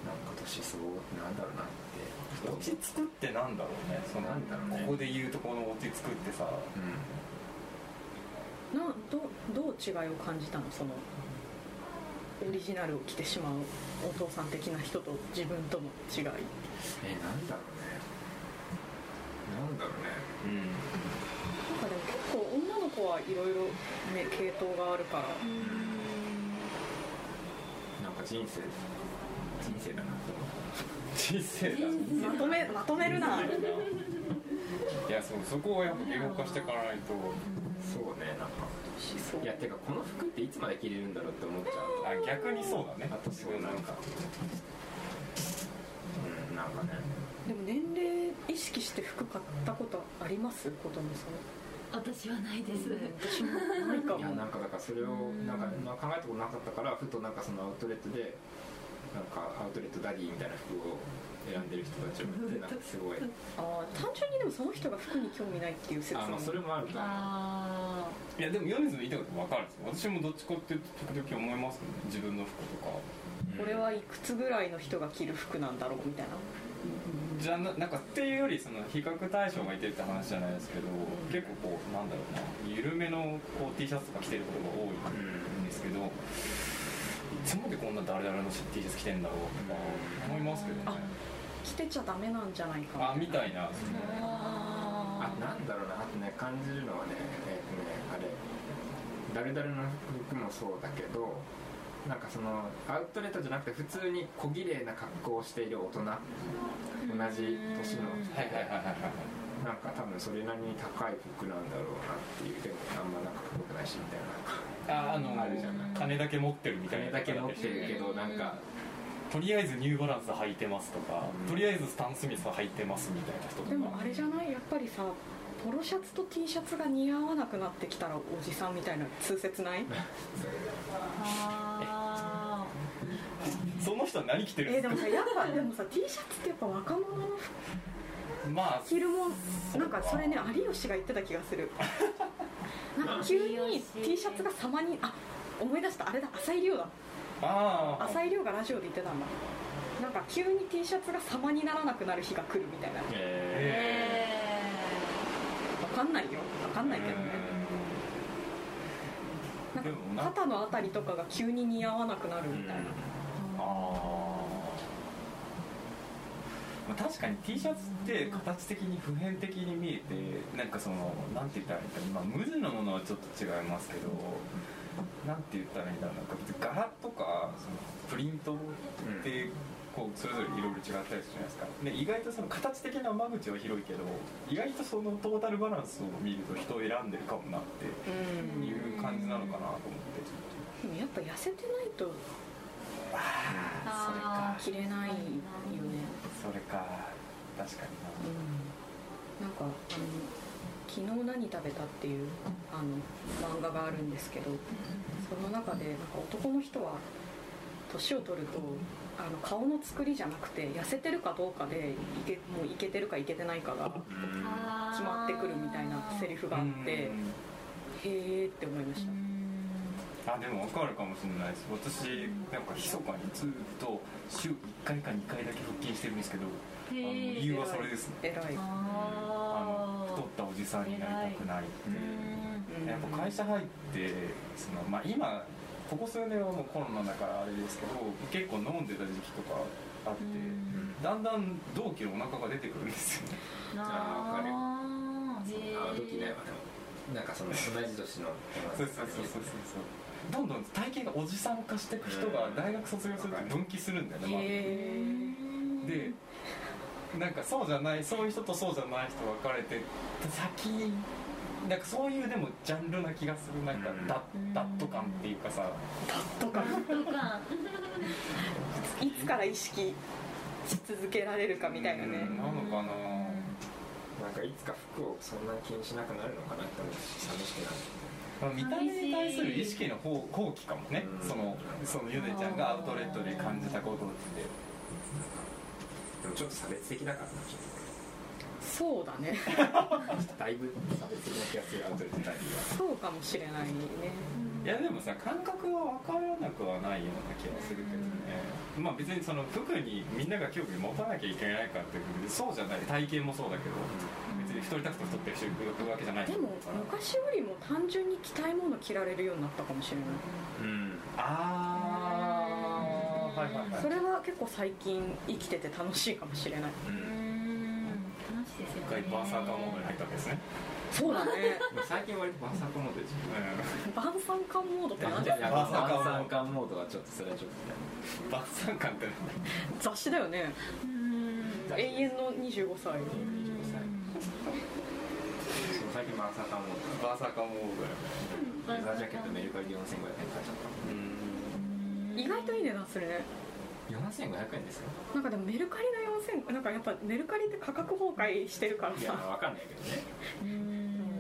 Speaker 1: なんか年相応ってなんだろうなってふと
Speaker 2: 落ち着くってなんだろうねその
Speaker 1: なんだろうね
Speaker 2: ここで言うとこの落ち着くってさ
Speaker 1: うん
Speaker 3: などどう違いを感じたのそのオリジナルを着てしまうお父さん的な人と自分との違い
Speaker 1: えなんだろうねなんだろうね
Speaker 2: うん
Speaker 3: なんかでも結構女の子はいろいろね系統があるから
Speaker 1: なんか人生人生だなって思っ
Speaker 2: 人生だ
Speaker 3: まとめまとめるない
Speaker 2: やそうそこをやっぱ言語化していかない
Speaker 1: た
Speaker 2: と
Speaker 1: そうねなんか
Speaker 3: しそう
Speaker 1: いやてかこの服っていつまで着れるんだろうって思っちゃう
Speaker 2: あ逆にそうだね
Speaker 1: あと
Speaker 2: 自分なんか
Speaker 1: うんなんかね
Speaker 3: でも年齢意識して服買ったことありますこともさ
Speaker 4: 私はないです、
Speaker 3: 私もないか
Speaker 1: いや
Speaker 3: も
Speaker 1: なんかだからそれをなんかまあ考えたことなかったからふとなんかそのアウトレットでなんかアウトレットダディみたいな服を選んでる人たちを見てなんかすごい
Speaker 3: あー単純にでもその人が服に興味ないっていう説
Speaker 1: あまあ
Speaker 3: も
Speaker 1: それもあるかない
Speaker 2: やでも米津の言いたいこと分かるんですよ私もどっちかっていうと時々思いますもんね自分の服とか
Speaker 3: これはいくつぐらいの人が着る服なんだろうみたいな
Speaker 2: じゃななんかっていうよりその比較対象がいてるって話じゃないですけど結構こうなんだろうな緩めのこう T シャツとか着てることが多い
Speaker 1: うん
Speaker 2: んですけどいつまでこんなダルダルの T シャツ着てんだろうとか思いますけどね
Speaker 3: 着てちゃダメなんじゃないか
Speaker 2: あみた
Speaker 3: い
Speaker 2: いな
Speaker 1: あ
Speaker 4: あ
Speaker 1: なんだろうなあとね感じるのはねえっとねあれダルダルの服もそうだけどなんかそのアウトレットじゃなくて普通に小綺麗な格好をしている大人同じ年の人
Speaker 2: はいはいはいはいはい
Speaker 1: なんか多分それなりに高い服なんだろうなっていうでもあんまなんかかっこよくないしみたいななんか
Speaker 2: ああの
Speaker 1: あるじゃない
Speaker 2: 金だけ持ってるみたい
Speaker 1: 金
Speaker 2: な
Speaker 1: だけ持ってるけどなんか
Speaker 2: とりあえずニューバランス履いてますとか、
Speaker 1: うん
Speaker 2: とりあえずスタン・スミス履いてますみたいな人とか
Speaker 3: でもあれじゃないやっぱりさポロシャツと T シャツが似合わなくなってきたらおじさんみたいな通説ない
Speaker 4: あ
Speaker 2: その人は何着てるん
Speaker 3: え
Speaker 2: で
Speaker 3: ー
Speaker 2: す
Speaker 3: で
Speaker 2: か、
Speaker 3: もさやっぱでもさ T シャツってやっぱ若者の服
Speaker 2: まあ
Speaker 3: 着るもんなんかそれね有吉が言ってた気がするなんか急に T シャツが様にあ思い出したあれだ浅井亮だ
Speaker 2: ああ
Speaker 3: 浅井亮がラジオで言ってたんだなんか急に T シャツが様にならなくなる日が来るみたいなわ
Speaker 1: え
Speaker 4: え
Speaker 3: かんないよわかんないけどねなん
Speaker 2: で
Speaker 3: か
Speaker 2: もな
Speaker 3: 肩のあたりとかが急に似合わなくなる
Speaker 1: ーう
Speaker 3: み
Speaker 1: ん
Speaker 3: たいな、
Speaker 2: あまあ確かに T シャツって形的に普遍的に見えてなんかそのなんて言ったらいいんだろう、まあ、無地のものはちょっと違いますけどなんて言ったらいいんだろうなんか別に柄とかそのプリントってこうそれぞれいろいろ違ったりするじゃないですかで意外とその形的な間口は広いけど意外とそのトータルバランスを見ると人を選んでるかもなって
Speaker 3: うん
Speaker 2: いう感じなのかなと思って。
Speaker 3: でもやっぱ痩せてないと
Speaker 4: あ
Speaker 3: 着れないよね、
Speaker 2: それか確かに
Speaker 3: うん、なんかあの昨日何食べたっていうあの漫画があるんですけどその中でなんか男の人は年を取るとあの顔の作りじゃなくて痩せてるかどうかでいけもういけてるかいけてないかが
Speaker 1: うん
Speaker 3: 決まってくるみたいなセリフがあっ
Speaker 2: な
Speaker 3: てへえって思いました
Speaker 2: あでも分かるかもしれないです私なんか密かにずっと週1回か2回だけ腹筋してるんですけどあの理由はそれですね
Speaker 3: 偉い
Speaker 2: あ
Speaker 4: あ
Speaker 2: の太ったおじさんになりたくない
Speaker 3: うん
Speaker 2: やっぱ会社入ってその、まあ、今ここ数年はもうコロナだからあれですけど結構飲んでた時期とかあってだんだん同期のお腹が出てくるんですよね
Speaker 1: あードキないわでもなんかその同じ年の
Speaker 2: そうそうそうそうそうどんどん体型がおじさん化していく人が大学卒業すると分岐するんだよね、まあ
Speaker 3: へ
Speaker 2: でなんかそうじゃないそういう人とそうじゃない人分かれて先になんかそういうでもジャンルな気がするなんか
Speaker 1: うん
Speaker 2: ダッダット感っていうかさ
Speaker 3: えとかいつから意識し続けられるかみたいなね
Speaker 2: うんなのかな
Speaker 1: なんかいつか服をそんなに気にしなくなるのかなって思うし寂しくなる
Speaker 2: まあ見た目に対する意識の方後期かもね
Speaker 1: うん
Speaker 2: そのそのゆでちゃんがアウトレットで感じたことって
Speaker 1: でもちょっと差別的だからなちょっ
Speaker 3: そうだね
Speaker 1: とだいぶ差別的な気がするアウトレットダディは
Speaker 3: そうかもしれないね
Speaker 2: いやでもさ感覚は分からなくはないような気がするけどねまあ別にその服にみんなが興味持たなきゃいけないかっていうそうじゃない体型もそうだけど別に太りたくて太ってる人いるわけじゃない
Speaker 3: でも昔よりも単純に着たいもの着られるようになったかもしれな
Speaker 1: う
Speaker 3: い
Speaker 1: ん
Speaker 2: ああはいはいはい
Speaker 3: それは結構最近生きてて楽しいかもしれない
Speaker 1: うん
Speaker 2: 一回バーサーカーモードに入ったわけですね
Speaker 3: そうだね
Speaker 1: でも最近割とバーサーカーモードで自分
Speaker 3: 晩餐館モードって何
Speaker 1: いやバー
Speaker 2: バー
Speaker 1: サ
Speaker 2: サ
Speaker 1: ー
Speaker 2: ー
Speaker 1: カ
Speaker 2: カ
Speaker 1: ー
Speaker 2: ー
Speaker 1: モードはちょっとそれはちょっ
Speaker 2: うん バーサーカーって
Speaker 3: 雑誌だよね
Speaker 1: と
Speaker 3: 永遠の25歳
Speaker 1: 25歳
Speaker 2: そう最近バーサーカーモードバーサーカーモードだよ
Speaker 1: レザ
Speaker 2: ね
Speaker 1: ージャケットメルカリで4500円買っちゃっ
Speaker 2: うん
Speaker 3: 意外といい値段するね
Speaker 1: た4500円ですよ
Speaker 3: なんかでもメルカリの4000なんかやっぱメルカリって価格崩壊してるから
Speaker 1: いや
Speaker 3: さ
Speaker 1: わかんないけどね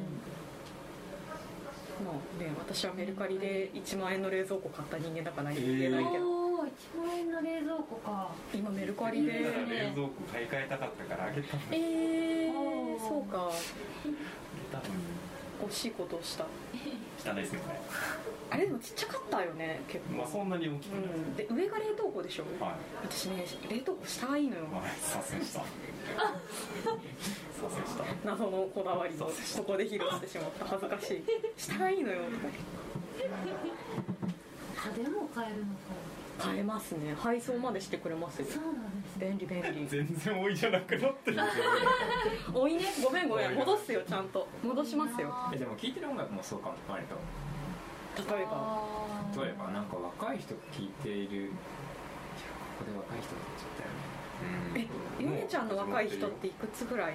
Speaker 3: もうね私はメルカリで1万円の冷蔵庫買った人間だから何も言えないけど、
Speaker 4: おお1万円の冷蔵庫か
Speaker 3: 今メルカリで
Speaker 4: いいですね
Speaker 2: 冷蔵庫買い替えたかったからあげたの
Speaker 3: え
Speaker 4: お
Speaker 3: ー、
Speaker 4: ー
Speaker 3: そうか
Speaker 2: 多分
Speaker 3: 惜しいことをした
Speaker 2: 汚いですねこ
Speaker 3: あれでもちっちゃかったよね結
Speaker 2: れまあ
Speaker 3: 構、
Speaker 2: そんなに大きくな
Speaker 3: う
Speaker 2: い、
Speaker 3: ん、で上が冷凍庫でしょ
Speaker 2: はい
Speaker 3: 私ね冷凍庫下がいいのよ
Speaker 2: まあ左遷した左遷した
Speaker 3: 謎のこだわりをここで披露してしまった恥ずかしい下がいいのよとか
Speaker 4: あでも買えるのか
Speaker 3: 買えますね配送までしてくれますよ
Speaker 4: そうなんですね
Speaker 3: 便利便利
Speaker 2: 全然多いじゃなくなってる
Speaker 3: おいねごめんごめん戻すよちゃんと戻しますよ
Speaker 1: えでも聴いてる音楽もそうかも割と
Speaker 3: 例えば
Speaker 1: 例えばなんか若い人聴いているいやここで若い人って言っちゃったよね
Speaker 3: えゆめちゃんの若い人っていくつぐらい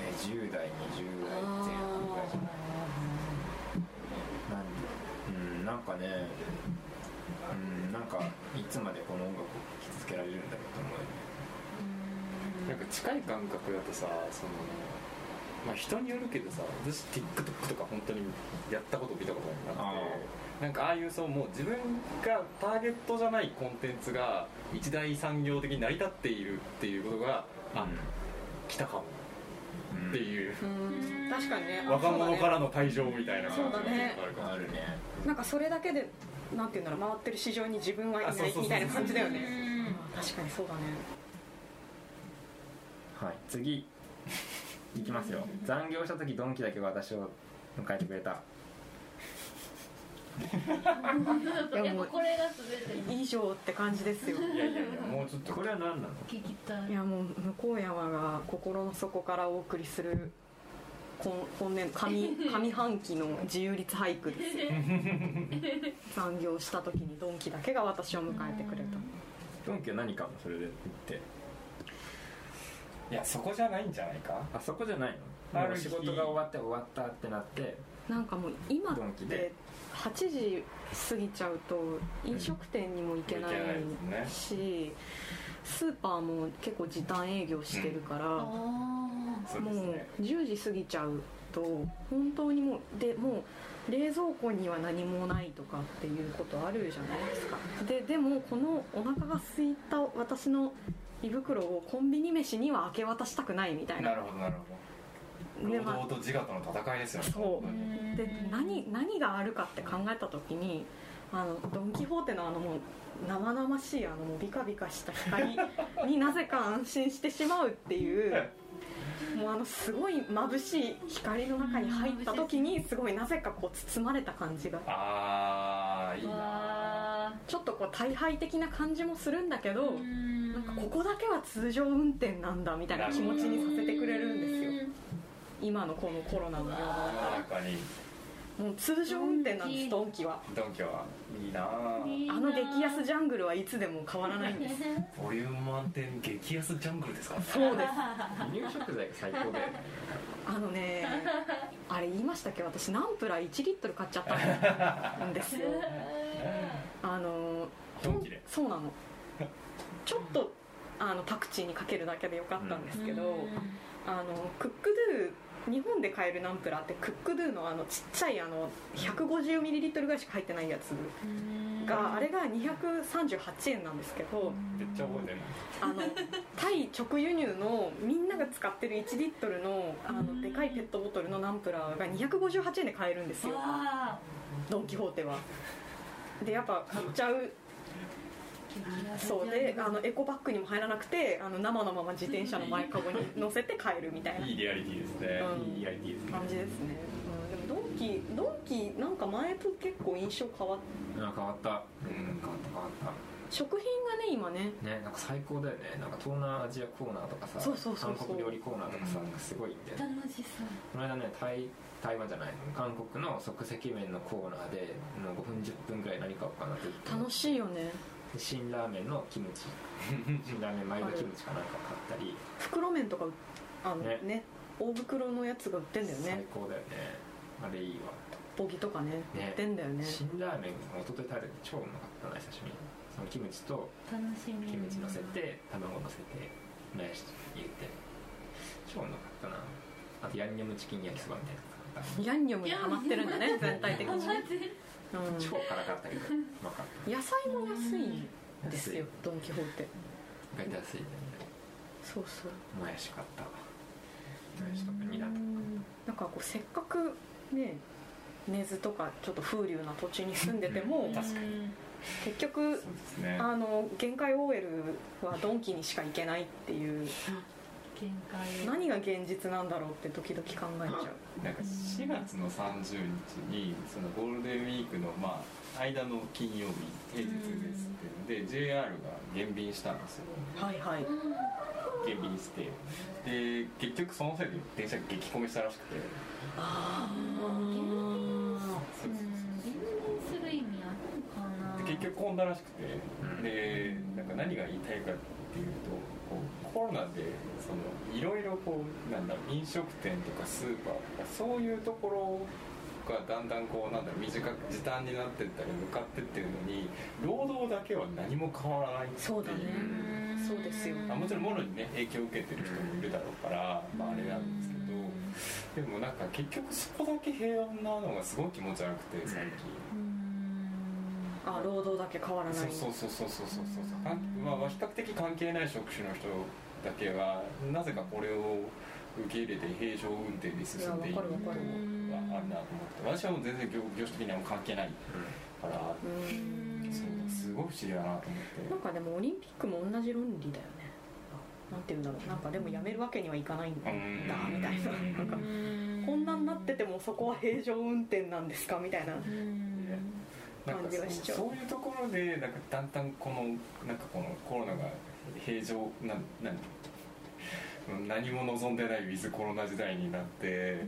Speaker 1: えー10代20代前半ぐらいじゃないなんうんなんかねうんなんかいつまでこの音楽を聴き続けられるんだろうと思うよね
Speaker 2: なんか近い感覚だとさそのまあ人によるけどさ私 TikTok とか本当にやったこと見たことなく
Speaker 1: あ
Speaker 2: てなんかああいうそうもう自分がターゲットじゃないコンテンツが一大産業的に成り立っているっていうことが、あ来たかも
Speaker 1: うん
Speaker 2: っていう、
Speaker 3: うん確かにね
Speaker 2: 若者から
Speaker 3: ら
Speaker 2: の退場みたいな
Speaker 3: そうだね
Speaker 2: あるか
Speaker 1: あ
Speaker 2: ら
Speaker 1: るね
Speaker 3: なんかそれだけでなんていうんだろう回ってる市場に自分はい
Speaker 2: あそう
Speaker 3: な
Speaker 2: そうそう
Speaker 3: いみたいな感じだよね
Speaker 4: うん
Speaker 3: 確かにそうだね
Speaker 1: はい次いきますよ残業した時ドンキだけが私を迎えてくれた
Speaker 4: やっぱこれが全て
Speaker 3: 以上って感じですよ
Speaker 2: いやいやいやもうちょっと
Speaker 1: これは何なの
Speaker 4: 聞きたい
Speaker 3: いやもう向山が心の底からお送りする今今年上上半期の自由律俳句ですよ残業した時にドンキだけが私を迎えてくれた
Speaker 1: ドンキは何かもそれで言って
Speaker 2: いやそこじゃないんじゃないか
Speaker 1: あそこじゃないの
Speaker 2: あ
Speaker 1: も
Speaker 2: る
Speaker 1: う
Speaker 2: 日
Speaker 1: 仕事が終わって終わったってなって
Speaker 3: なんかもう今っ
Speaker 1: ドンキ
Speaker 3: て
Speaker 1: で
Speaker 3: 8時過ぎちゃうと飲食店にも行けない
Speaker 2: ですね
Speaker 3: しスーパーも結構時短営業してるから、
Speaker 4: あー
Speaker 2: そう
Speaker 3: も
Speaker 2: です
Speaker 3: う
Speaker 2: ね
Speaker 3: 10時過ぎちゃうと本当にもうでもう冷蔵庫には何もないとかっていうことあるじゃないですかででもこのお腹が空いた私の胃袋をコンビニ飯には明け渡したくないみたいな
Speaker 2: なるほどなるほど
Speaker 3: で
Speaker 2: 労
Speaker 3: まあ
Speaker 2: 働と自我との戦いですよね
Speaker 3: そうで何何があるかって考えた時にあのドン・キホーテのあのもう生々しいあのもうビカビカした光に なぜか安心してしまうっていうもうあのすごい眩しい光の中に入った時にすごいなぜかこう包まれた感じが
Speaker 2: ああいいな
Speaker 4: わ
Speaker 3: ちょっとこう大敗的な感じもするんだけ
Speaker 4: ー
Speaker 3: ど
Speaker 4: うん
Speaker 3: なんかここだけは通常運転なんだみたいな気持ちにさせてくれるんですよ今のこのコロナの世の
Speaker 2: 世の
Speaker 3: 中
Speaker 2: 中に
Speaker 3: もう通常運転なんですドンキは。
Speaker 2: ドンキはいいなぁ
Speaker 3: あの激安ジャングルはいつでも変わらないんです。
Speaker 2: ボリューム満点激安ジャングルですか
Speaker 3: そうです。
Speaker 1: 輸入食材が最高で
Speaker 3: あの ね、あれ言いましたっけ、私ナンプラー1リットル買っちゃったんですよ。あの、
Speaker 2: ドンキで
Speaker 3: そうなの。ちょっと、あのパクチーにかけるだけでよかったんですけど、あのクックドゥ。日本で買えるナンプラーってクックドゥのあのちっちゃいあの 150ml ぐらいしか入ってないやつがあれが238円なんですけど、
Speaker 2: めっちゃ覚えてる
Speaker 3: あのタイ直輸入のみんなが使ってる1リットルのあのでかいペットボトルのナンプラーが258円で買えるんですよ
Speaker 4: わ
Speaker 3: ドン・キホーテはでやっぱ買っちゃう
Speaker 4: ー
Speaker 3: そうであのエコバッグにも入らなくてあの生のまま自転車の前かご に乗せて帰るみたいない
Speaker 2: いリアリティですね
Speaker 3: うん
Speaker 2: いいリアリティですね
Speaker 3: 感じですね、うん、でもドンキドンキなんか前と結構印象変わっ
Speaker 1: あ変わった変
Speaker 2: うん
Speaker 1: わった変わった
Speaker 3: 食品がね今ね
Speaker 1: ねなんか最高だよねなんか東南アジアコーナーとかさ
Speaker 3: そうそうそうそ
Speaker 1: 韓
Speaker 3: う
Speaker 1: 国料理コーナーとかさ
Speaker 2: うん
Speaker 1: なんかすごいんだよね
Speaker 4: 楽しそう
Speaker 1: この間ね台台湾じゃない韓国の即席麺のコーナーでもう5分10分ぐらい何買おうかなって言って
Speaker 3: 楽しいよね
Speaker 1: で辛ラーメンのキム チ辛ラーメンマイルドキムチかなんか買ったり
Speaker 3: 袋麺とかあのね
Speaker 1: ね
Speaker 3: 大袋のやつが売ってんだよ
Speaker 1: 最
Speaker 3: ね
Speaker 1: 高だよねあれいいわ
Speaker 3: ボギとかね売
Speaker 1: ね
Speaker 3: ってんだよね
Speaker 1: 辛ラーメン一昨日食べて超うまかったな久しぶりにそのキムチと
Speaker 4: 楽しみ
Speaker 1: キムチ乗せて卵乗せてもやし入れて超うまかったなあとヤンニョムチキン焼きそばみたいなの買っ
Speaker 3: ヤンニョムにハマってるんだね全体的に、うん、
Speaker 1: た超辛かったけどうまかっ
Speaker 3: 野菜も安いんですよドン・キホーテ
Speaker 1: た意外と安いね
Speaker 3: そうそう
Speaker 1: もやし買ったわもやしとかニラとか
Speaker 3: なんかこうせっかくね根津とかちょっと風流な土地に住んでても
Speaker 1: うん確かに
Speaker 3: 結局
Speaker 2: そうですね
Speaker 3: あの限界 OL はドンキにしか行けないっていう
Speaker 4: 限界
Speaker 3: 何が現実なんだろうって時々考えちゃう
Speaker 2: なんか4月の30日にそのゴールデンウィークのまあ間の金曜日平日ですっていうので JR が減便したんですよ
Speaker 3: はいはい
Speaker 2: 減便してで結局そのせいで電車が激混みしたらしくて
Speaker 3: あ
Speaker 4: ー
Speaker 2: そうそうそう
Speaker 4: 減便する意味あるのかな
Speaker 2: で結局混んだらしくてでなんか何が言いたいかっていうとこうコロナでそのいろいろこうなんだろう飲食店とかスーパーとかそういうところがだんだんこうなんだろう短く時短になってったり向かってってるのに労働だけは何も変わらないっていう
Speaker 3: そうだね
Speaker 4: うん
Speaker 3: そうですよ
Speaker 2: あもちろん物にね影響を受けてる人もいるだろうから、まあ、あれなんですけど。でもなんか結局そこだけ平穏なのがすごい気持ち悪くて最近、
Speaker 4: うん
Speaker 3: あ労働だけ変わらない
Speaker 2: そうそうそうそうそうそうそうかんまあ比較的関係ない職種の人だけがなぜかこれを受け入れて平常運転で進んでいる
Speaker 3: いやわかるわ
Speaker 2: ことがあるなと思
Speaker 3: かる
Speaker 2: って私はもう全然業業種的にはもう関係ないから、
Speaker 3: うん
Speaker 2: そうすごい不思議だなと思って
Speaker 3: なんかでもオリンピックも同じ論理だよねなんて言うんだろうなんかでもやめるわけにはいかないんだ
Speaker 2: うん
Speaker 3: みたいななんかこんなになっててもそこは平常運転なんですかみたいな
Speaker 4: うん
Speaker 2: なんか
Speaker 3: 感じがしち
Speaker 2: そ
Speaker 3: ゃ
Speaker 2: う
Speaker 3: う
Speaker 2: そういうところでなんかだんだんこのなんかこのコロナが平常なんなんうん何も望んでないウィズコロナ時代になって、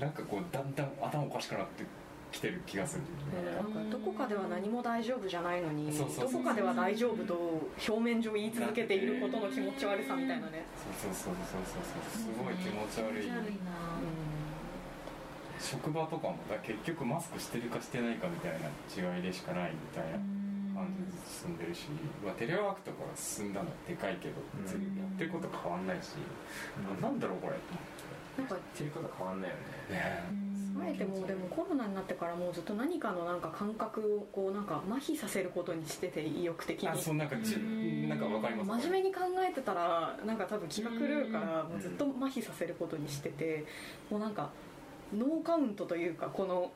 Speaker 2: なんかこうだんだん頭おかしくなってきてる気がするんだよね
Speaker 3: なんかどこかでは何も大丈夫じゃないのに
Speaker 2: そうそうそう
Speaker 3: どこかでは大丈夫と表面上言い続けていることの気持ち悪さみたいなね、
Speaker 2: そうそうそうそうそうそうすごい気持ち悪い
Speaker 4: 気持ち悪いな
Speaker 2: 職場とかもだ結局マスクしてるかしてないかみたいな違いでしかないみたいな感じで進んでるし、まあ、テレワークとかが進んだのはでかいけど
Speaker 1: うん
Speaker 2: 別にやってること変わんないし、
Speaker 1: うん
Speaker 2: なんだろうこれ
Speaker 3: なんか
Speaker 1: っていうことは変わんないよね
Speaker 2: ね
Speaker 3: あえてもうでもコロナになってからもうずっと何かのなんか感覚をこうなんか麻痺させることにしてて意欲的に
Speaker 2: あそうなんかじ
Speaker 4: うん
Speaker 2: なんかわかります
Speaker 3: 真面目に考えてたらなんか多分気が狂うからもうずっと麻痺させることにしててもうなんかノーカウントというかこの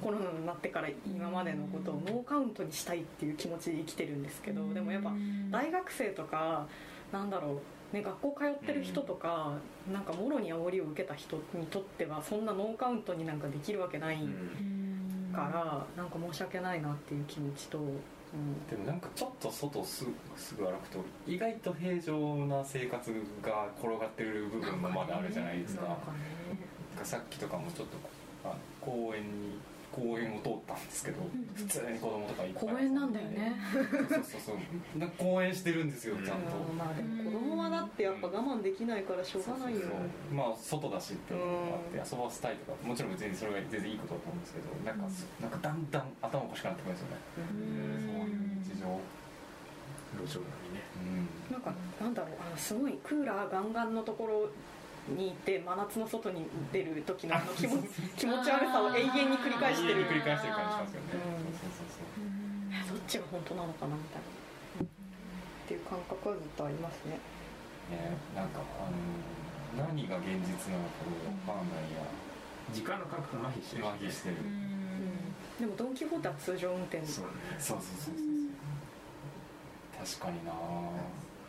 Speaker 3: コロナになってから今までのことをノーカウントにしたいっていう気持ちで生きてるんですけどでもやっぱ大学生とかなんだろう、ね、学校通ってる人とか、なんかもろに煽りを受けた人にとってはそんなノーカウントになんかできるわけない
Speaker 1: うん
Speaker 3: から、なんか申し訳ないなっていう気持ちと、うん
Speaker 2: でもなんかちょっと外すぐすぐ歩くと意外と平常な生活が転がってる部分もまだあるじゃないですか
Speaker 3: な
Speaker 2: なん
Speaker 3: かね
Speaker 2: んかさっきとかもちょっとあ公園に公園を通ったんですけど
Speaker 4: ん
Speaker 2: 普通に子供とかいっぱい
Speaker 3: 公園なんだよね。
Speaker 2: そうそうそうなんか公園してるんですよちゃんと
Speaker 3: うんまあでも子供はだってやっぱ我慢できないからしょうがないよ
Speaker 2: そうそうそうまあ外だしっていうのもあって遊ばせたいとかもちろん別にそれが全然いいことだと思うんですけどなんかそなんかだんだん頭おかしくなってくるんですよねそうい
Speaker 1: 路
Speaker 2: う日常
Speaker 1: 上飲みね
Speaker 2: うん
Speaker 3: なんかなんだろうあのすごいクーラーガンガンのところにいて真夏の外に出る時のあの気持ち気持ち悪さを永遠に繰り返してる
Speaker 2: 永遠に繰り返してる感じしますよね
Speaker 3: うん
Speaker 2: そうそうそう
Speaker 3: いやどっちが本当なのかなみたいな、っていう感覚はずっとありますね
Speaker 2: ね、なんかあの何が現実なのかもわかんないや
Speaker 1: 時間の感覚麻痺してる
Speaker 2: 麻痺してる、
Speaker 3: でもドン・キホーテは通常運転
Speaker 1: そうね
Speaker 2: そうそうそうそう確かにな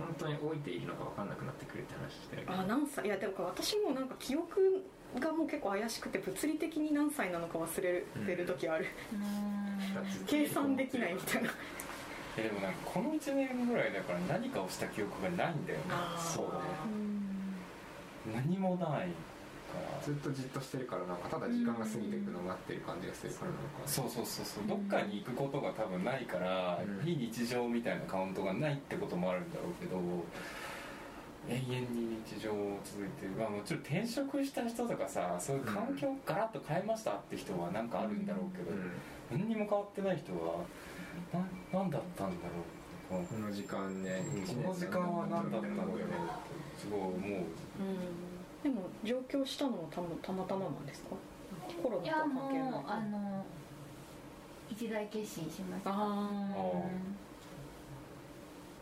Speaker 1: 本当に置いていいのか分かんなくなってくるって話してるけど
Speaker 3: あ何歳いやでも私もなんか記憶がもう結構怪しくて物理的に何歳なのか忘れてる時ある、計算できないみたいな
Speaker 2: えでもなんかこの1年ぐらいだから何かをした記憶がないんだよね
Speaker 3: あー
Speaker 2: そう何もないから
Speaker 1: ずっとじっとしてるからなんかただ時間が過ぎていくのを待ってる感じがするからなんか
Speaker 2: そうそうそうそうどっかに行くことが多分ないから、
Speaker 1: うん
Speaker 2: 非日常みたいなカウントがないってこともあるんだろうけど永遠に日常続いてる、まあ、もちろん転職した人とかさそういう環境をガラッと変えましたって人はなんかあるんだろうけど、何にも変わってない人はな何だったんだろう
Speaker 1: この時間ね
Speaker 2: この時間は何だったんだろうってすごい思う
Speaker 3: でも上京したのもたまたまたまなんですかコロ
Speaker 4: い
Speaker 3: ナと
Speaker 4: や
Speaker 3: は関
Speaker 4: もう
Speaker 3: 係ない
Speaker 4: あの一大決心しました
Speaker 3: あ
Speaker 4: うん
Speaker 3: ー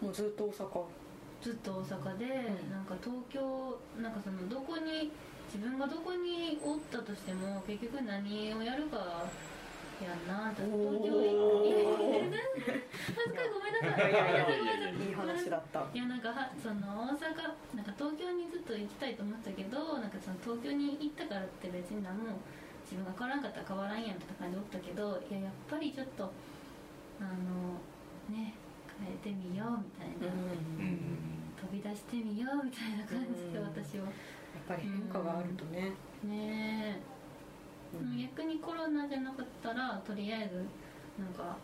Speaker 3: もうずっと大阪
Speaker 4: ずっと大阪で、
Speaker 3: うん
Speaker 4: なんか東京なんかそのどこに自分がどこにおったとしても結局何をやるかやんな東京で 恥ずかしいごめんなさい
Speaker 3: いやい
Speaker 2: いやいやいや
Speaker 3: やいい話だった
Speaker 4: いやなんかはその大阪なんか東京にずっと行きたいと思ってたけどなんかその東京に行ったからって別に何も自分が変わらんかったら変わらんやんって感じでおったけどいややっぱりちょっとあのね変えてみようみたいな、
Speaker 2: うんうん
Speaker 4: 飛び出してみようみたいな感じで
Speaker 3: うん
Speaker 4: 私は
Speaker 3: やっぱり変化があるとね、
Speaker 4: ねえ、
Speaker 3: うん
Speaker 4: 逆にコロナじゃなかったらとりあえずなんか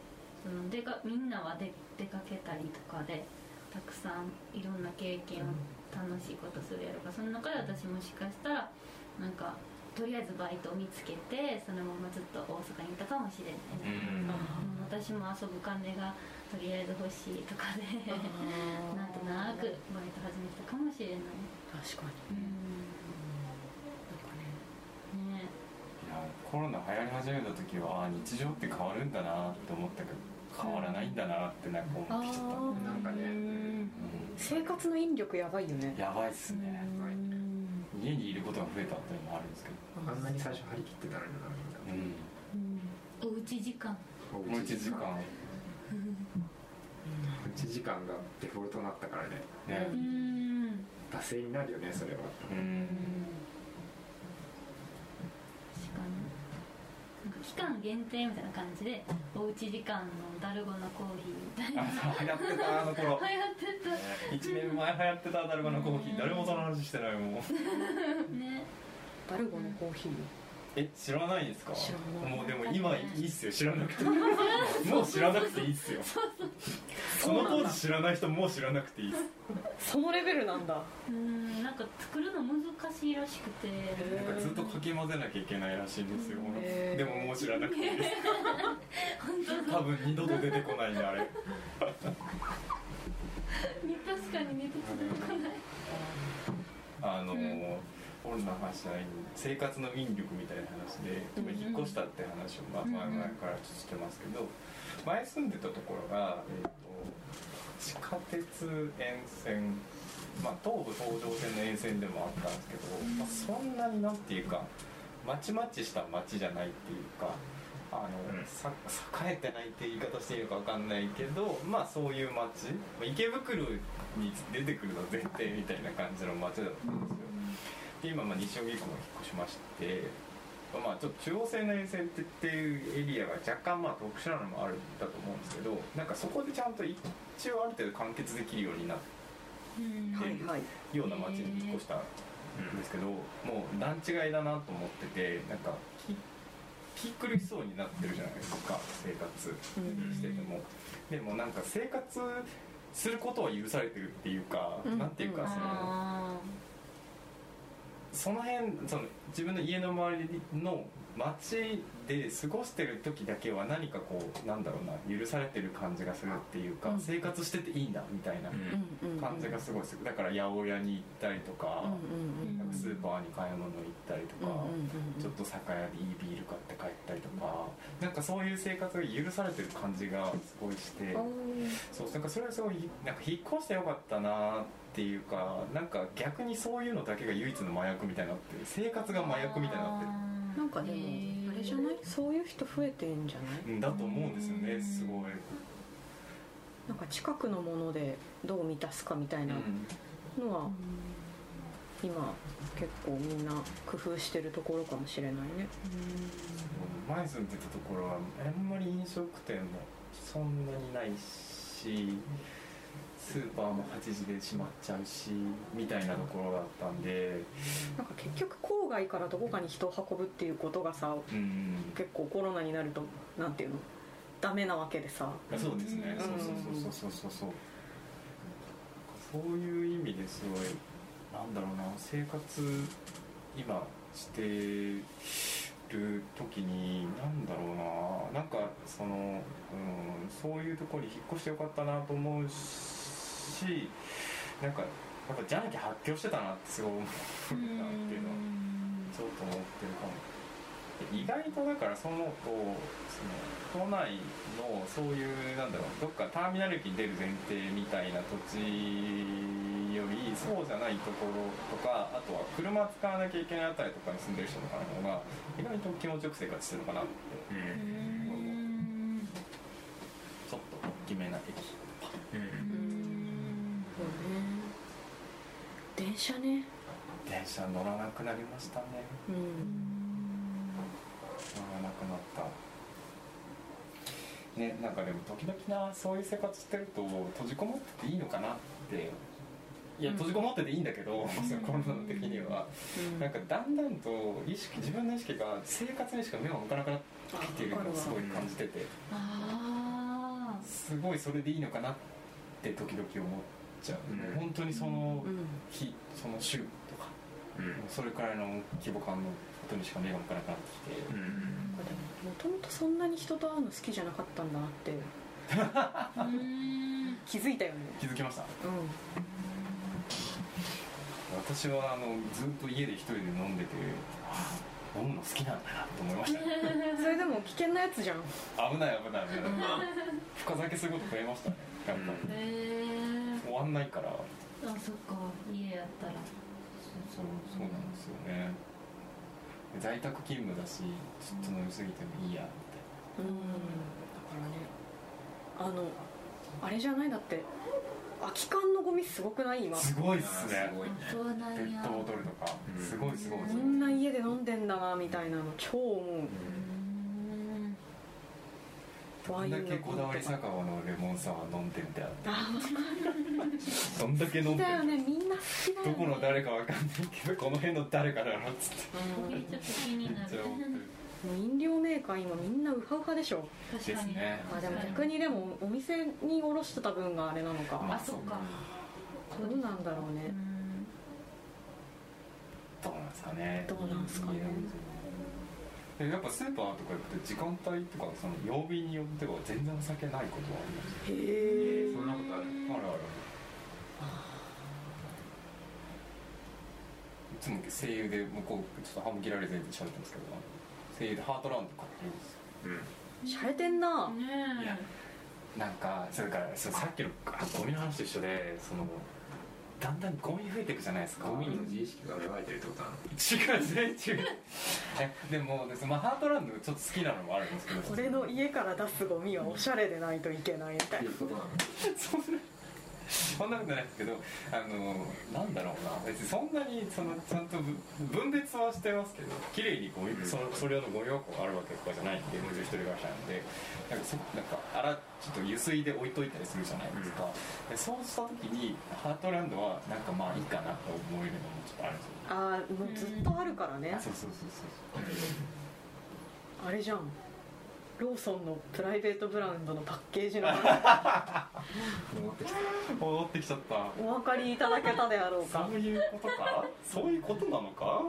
Speaker 4: その出かみんなは出出かけたりとかでたくさんいろんな経験を楽しいことするやろうからその中で私もしかしたらなんかとりあえずバイトを見つけてそのままずっと大阪にいたかもしれ
Speaker 2: うんう
Speaker 4: ないな、
Speaker 2: ん
Speaker 4: うん私も遊ぶ金がとりあえず欲しいとかでなんとなくバイト始めたかもしれない、
Speaker 3: 確か
Speaker 4: う
Speaker 3: に、
Speaker 4: んねえ
Speaker 2: いやコロナ流行り始めた時はあー日常って変わるんだなって思ったけど変わらないんだなってなんか思ってきちゃった、
Speaker 3: あー
Speaker 1: なんかね
Speaker 3: う
Speaker 2: う
Speaker 3: ん生活の引力やばいよね
Speaker 2: んやばいっすね
Speaker 1: ばい
Speaker 3: うん
Speaker 2: 家にいることが増えたっていうのもあるんですけど
Speaker 1: あんなに最初張り切ってたのにな
Speaker 2: う
Speaker 4: おうち時間
Speaker 1: みん
Speaker 2: ん
Speaker 1: な
Speaker 2: もう1時間
Speaker 1: 1時間がデフォルトになったからね
Speaker 2: ね
Speaker 4: うーん
Speaker 1: 惰性になるよねそれは
Speaker 2: うん
Speaker 4: 確かになんか期間限定みたいな感じでおうち時間のダルゴのコーヒーみたいな
Speaker 2: あ流行ってたあの 頃
Speaker 4: 流行ってた
Speaker 2: 1年前流行ってたダルゴのコーヒー誰もその話してないもん
Speaker 4: ね
Speaker 3: ダルゴのコーヒー
Speaker 2: え知らないんですか
Speaker 3: 知らない
Speaker 2: もうでも今いいっすよ知らなくて もう知らなくていいっすよその当時知らない人もう知らなくていいっす
Speaker 3: そのレベルなんだ
Speaker 4: うーんなんか作るの難しいらしくて
Speaker 2: なんかずっとかき混ぜなきゃいけないらしいんですよ、
Speaker 3: へー
Speaker 2: でももう知らなくていいです
Speaker 4: 本当
Speaker 2: 多分二度と出てこないねあれ
Speaker 4: に 確かにね出てこない
Speaker 2: あの、
Speaker 4: うん
Speaker 2: コロナの話じゃない生活の引力みたいな話で、
Speaker 4: うんうん
Speaker 2: 引っ越したって話を、まあ、前々からしてますけど、前住んでたところが、えー、と地下鉄沿線、まあ、東武東上線の沿線でもあったんですけど、まあ、そんなになんていうかまちまちした街じゃないっていうか。あの
Speaker 1: うん
Speaker 2: さ栄えてないって言い方していいのか分かんないけどまあそういう街まあ池袋に出てくるの前提みたいな感じの街だったんですよで今まあ西荻窪に引っ越しましてまあちょっと中央線の沿線ってっていうエリアが若干まあ特殊なのもあるんだと思うんですけどなんかそこでちゃんと一応ある程度完結できるようになっ
Speaker 4: うん
Speaker 2: は
Speaker 3: はいいはい
Speaker 2: ような街に引っ越したんですけど、もう段違いだなと思っててなんかひっくりしそうになってるじゃないですか生活
Speaker 3: うん
Speaker 2: しててもでもなんか生活することは許されてるっていうか、
Speaker 3: うん
Speaker 2: なんていうかその、
Speaker 4: あ
Speaker 2: その辺その自分の家の周りの街で過ごしてる時だけは何かこうなんだろうな許されてる感じがするっていうか、
Speaker 3: うん
Speaker 2: 生活してていいんだみたいな
Speaker 1: うん
Speaker 3: うんうん
Speaker 2: 感じがすごいするだから八百屋に行ったりとか
Speaker 3: うん、うん
Speaker 2: なんかスーパーに買い物行ったりと
Speaker 3: うんう
Speaker 2: か、
Speaker 3: んうん
Speaker 2: ちょっと酒屋でいいビール買って帰ったりとか、なんかそういう生活が許されてる感じがすごいして。そうなんかそれはすごいなんか引っ越してよかったなっていうかなんか逆にそういうのだけが唯一の麻薬みたいになってる生活が麻薬みたいになって
Speaker 4: ー
Speaker 3: なんかでもあれじゃないそういう人増えてんじゃない
Speaker 2: るうんだと思うんですよねすごい、
Speaker 3: なんか近くのものでどう満たすかみたいなのは今結構みんな工夫してるところかもしれないね
Speaker 2: 前住んでたところはあんまり飲食店もそんなにないしスーパーも8時で閉まっちゃうしみたいなところだったんで
Speaker 3: なんか結局郊外からどこかに人を運ぶっていうことがさ
Speaker 2: うん
Speaker 3: 結構コロナになるとなんていうのダメなわけでさ
Speaker 2: そうですね、
Speaker 4: うん
Speaker 2: そうそうそうそうそうそうそうそういう意味ですごいなんだろうな生活今してる時になんだろうななんかその、うん、そういうところに引っ越してよかったなと思うしなんかやっぱじゃなきゃ発表してたなってすごい思うなっていうのはちょっと思ってるかも。意外とだからそのこうその都内のそういうなんだろうどっかターミナル駅に出る前提みたいな土地よりそうじゃないところとかあとは車使わなきゃいけないあたりとかに住んでる人とかの方が意外と気持ちよく生活してるのかなってちょっと大きめな駅
Speaker 1: うん
Speaker 3: 電車ね
Speaker 2: 電車乗らなくなりましたね
Speaker 3: うん
Speaker 2: 乗らなくなったねなんかでも時々なそういう生活してると閉じこもってていいのかなっていや
Speaker 3: うん
Speaker 2: 閉じこもってていいんだけど、そのコロナの的には、なんかだんだんと意識自分の意識が生活にしか目を向かなくなってきているのをすごい感じてて
Speaker 4: あ
Speaker 2: すごいそれでいいのかなって時々思っちゃう、
Speaker 1: うん
Speaker 2: 本当にその
Speaker 3: うん
Speaker 2: 日その週とか
Speaker 1: うん
Speaker 2: それくらいの規模感のことにしか目が向かなくなってきて、
Speaker 1: うん
Speaker 3: でももともとそんなに人と会うの好きじゃなかったんだなって
Speaker 4: あうん
Speaker 3: 気づいたよね
Speaker 2: 気づきました
Speaker 3: うん
Speaker 2: 私はあのずっと家で一人で飲んでてあ飲むの好きなんだなと思いましたね
Speaker 3: それでも危険なやつじゃん
Speaker 2: 危ない危ない危ない深酒すること増えましたねやっぱり
Speaker 4: へえ
Speaker 2: 終わんないから
Speaker 4: あそっか家やったら
Speaker 2: そうそうなんですよね在宅勤務だしちょっと飲みすぎてもいいやっ
Speaker 3: うんだからねあのあれじゃないだって空き缶のゴミすごくない今
Speaker 2: てすごいっすね
Speaker 1: すごいね
Speaker 4: そうな
Speaker 2: ペ
Speaker 4: んや
Speaker 2: ットボトルとか
Speaker 1: うん
Speaker 2: すごいすごい
Speaker 3: こんな家で飲んでんだなみたいなの超思
Speaker 4: うん
Speaker 3: う
Speaker 2: こ
Speaker 3: ワイ
Speaker 2: ん
Speaker 3: ン
Speaker 2: だけ
Speaker 3: の
Speaker 2: こだわり酒場のレモンサワー飲んでんだよ
Speaker 3: あ
Speaker 2: どんだけ飲
Speaker 3: 好
Speaker 2: ん
Speaker 3: き
Speaker 2: で
Speaker 3: だ
Speaker 2: ん
Speaker 3: よ
Speaker 2: の
Speaker 3: ねみんな好きだよ、
Speaker 2: ど
Speaker 3: ね、
Speaker 2: この誰かわかんないけどこの辺の誰かだろっつって
Speaker 4: これちょっと気に
Speaker 2: め
Speaker 4: な
Speaker 2: っち
Speaker 4: る
Speaker 2: ゃ思ってる
Speaker 3: もう飲料メーカー今みんなウハウハでしょ
Speaker 4: 確か
Speaker 2: です
Speaker 4: に
Speaker 2: ね
Speaker 3: あでも逆にでもお店に卸してた分があれなの
Speaker 2: ま
Speaker 3: か
Speaker 4: あそっか
Speaker 3: どうなんだろう
Speaker 4: う
Speaker 3: ね
Speaker 4: ん
Speaker 2: どうなんですかね
Speaker 3: どうなんすかね
Speaker 2: でやっぱスーパーとか行くと時間帯とかその曜日によっては全然お酒ないことはあります
Speaker 3: へ
Speaker 1: え
Speaker 3: え
Speaker 1: ーそんなことある
Speaker 2: あるあるいつも声優で向こうちょっと半分切られて全然喋ってますけど声優でハートランド買ってるんですよ
Speaker 1: うん
Speaker 3: 洒落てんな
Speaker 4: ね
Speaker 2: いや
Speaker 4: え
Speaker 2: なんかそれからそうさっきのあゴミの話と一緒でそのだんだんゴミ増えていくじゃないですか
Speaker 1: ゴミの自意識が芽生えてるってことなの
Speaker 2: 違う全然違う えでもです、まあ、ハートランドちょっと好きなのもあるんですけど
Speaker 3: 俺の家から出すゴミはおしゃれでないといけないみた
Speaker 1: っ
Speaker 3: い
Speaker 1: て
Speaker 3: な
Speaker 1: いうことなの
Speaker 2: そんなそんなことないですけどあのなんだろうな別にそんなにそのちゃんとぶ分別はしてますけど綺麗にゴミそのそれ用のゴミ箱があるわけとかじゃないってもう一人暮らしなんでなんかそなんかあらちょっと油水で置いといたりするじゃないですか、でそうした時にハートランドはなんかまあいいかなと思えるのもちょっとあるんですよ
Speaker 3: あーもうずっとあるからね
Speaker 2: そうそうそうそう
Speaker 3: あれじゃんローソンのプライベートブランドのパッケー ジの
Speaker 1: 戻ってきた
Speaker 2: 戻ってきちゃった
Speaker 3: お分かりいただけたであろうか
Speaker 2: そういうことかそういうことなのか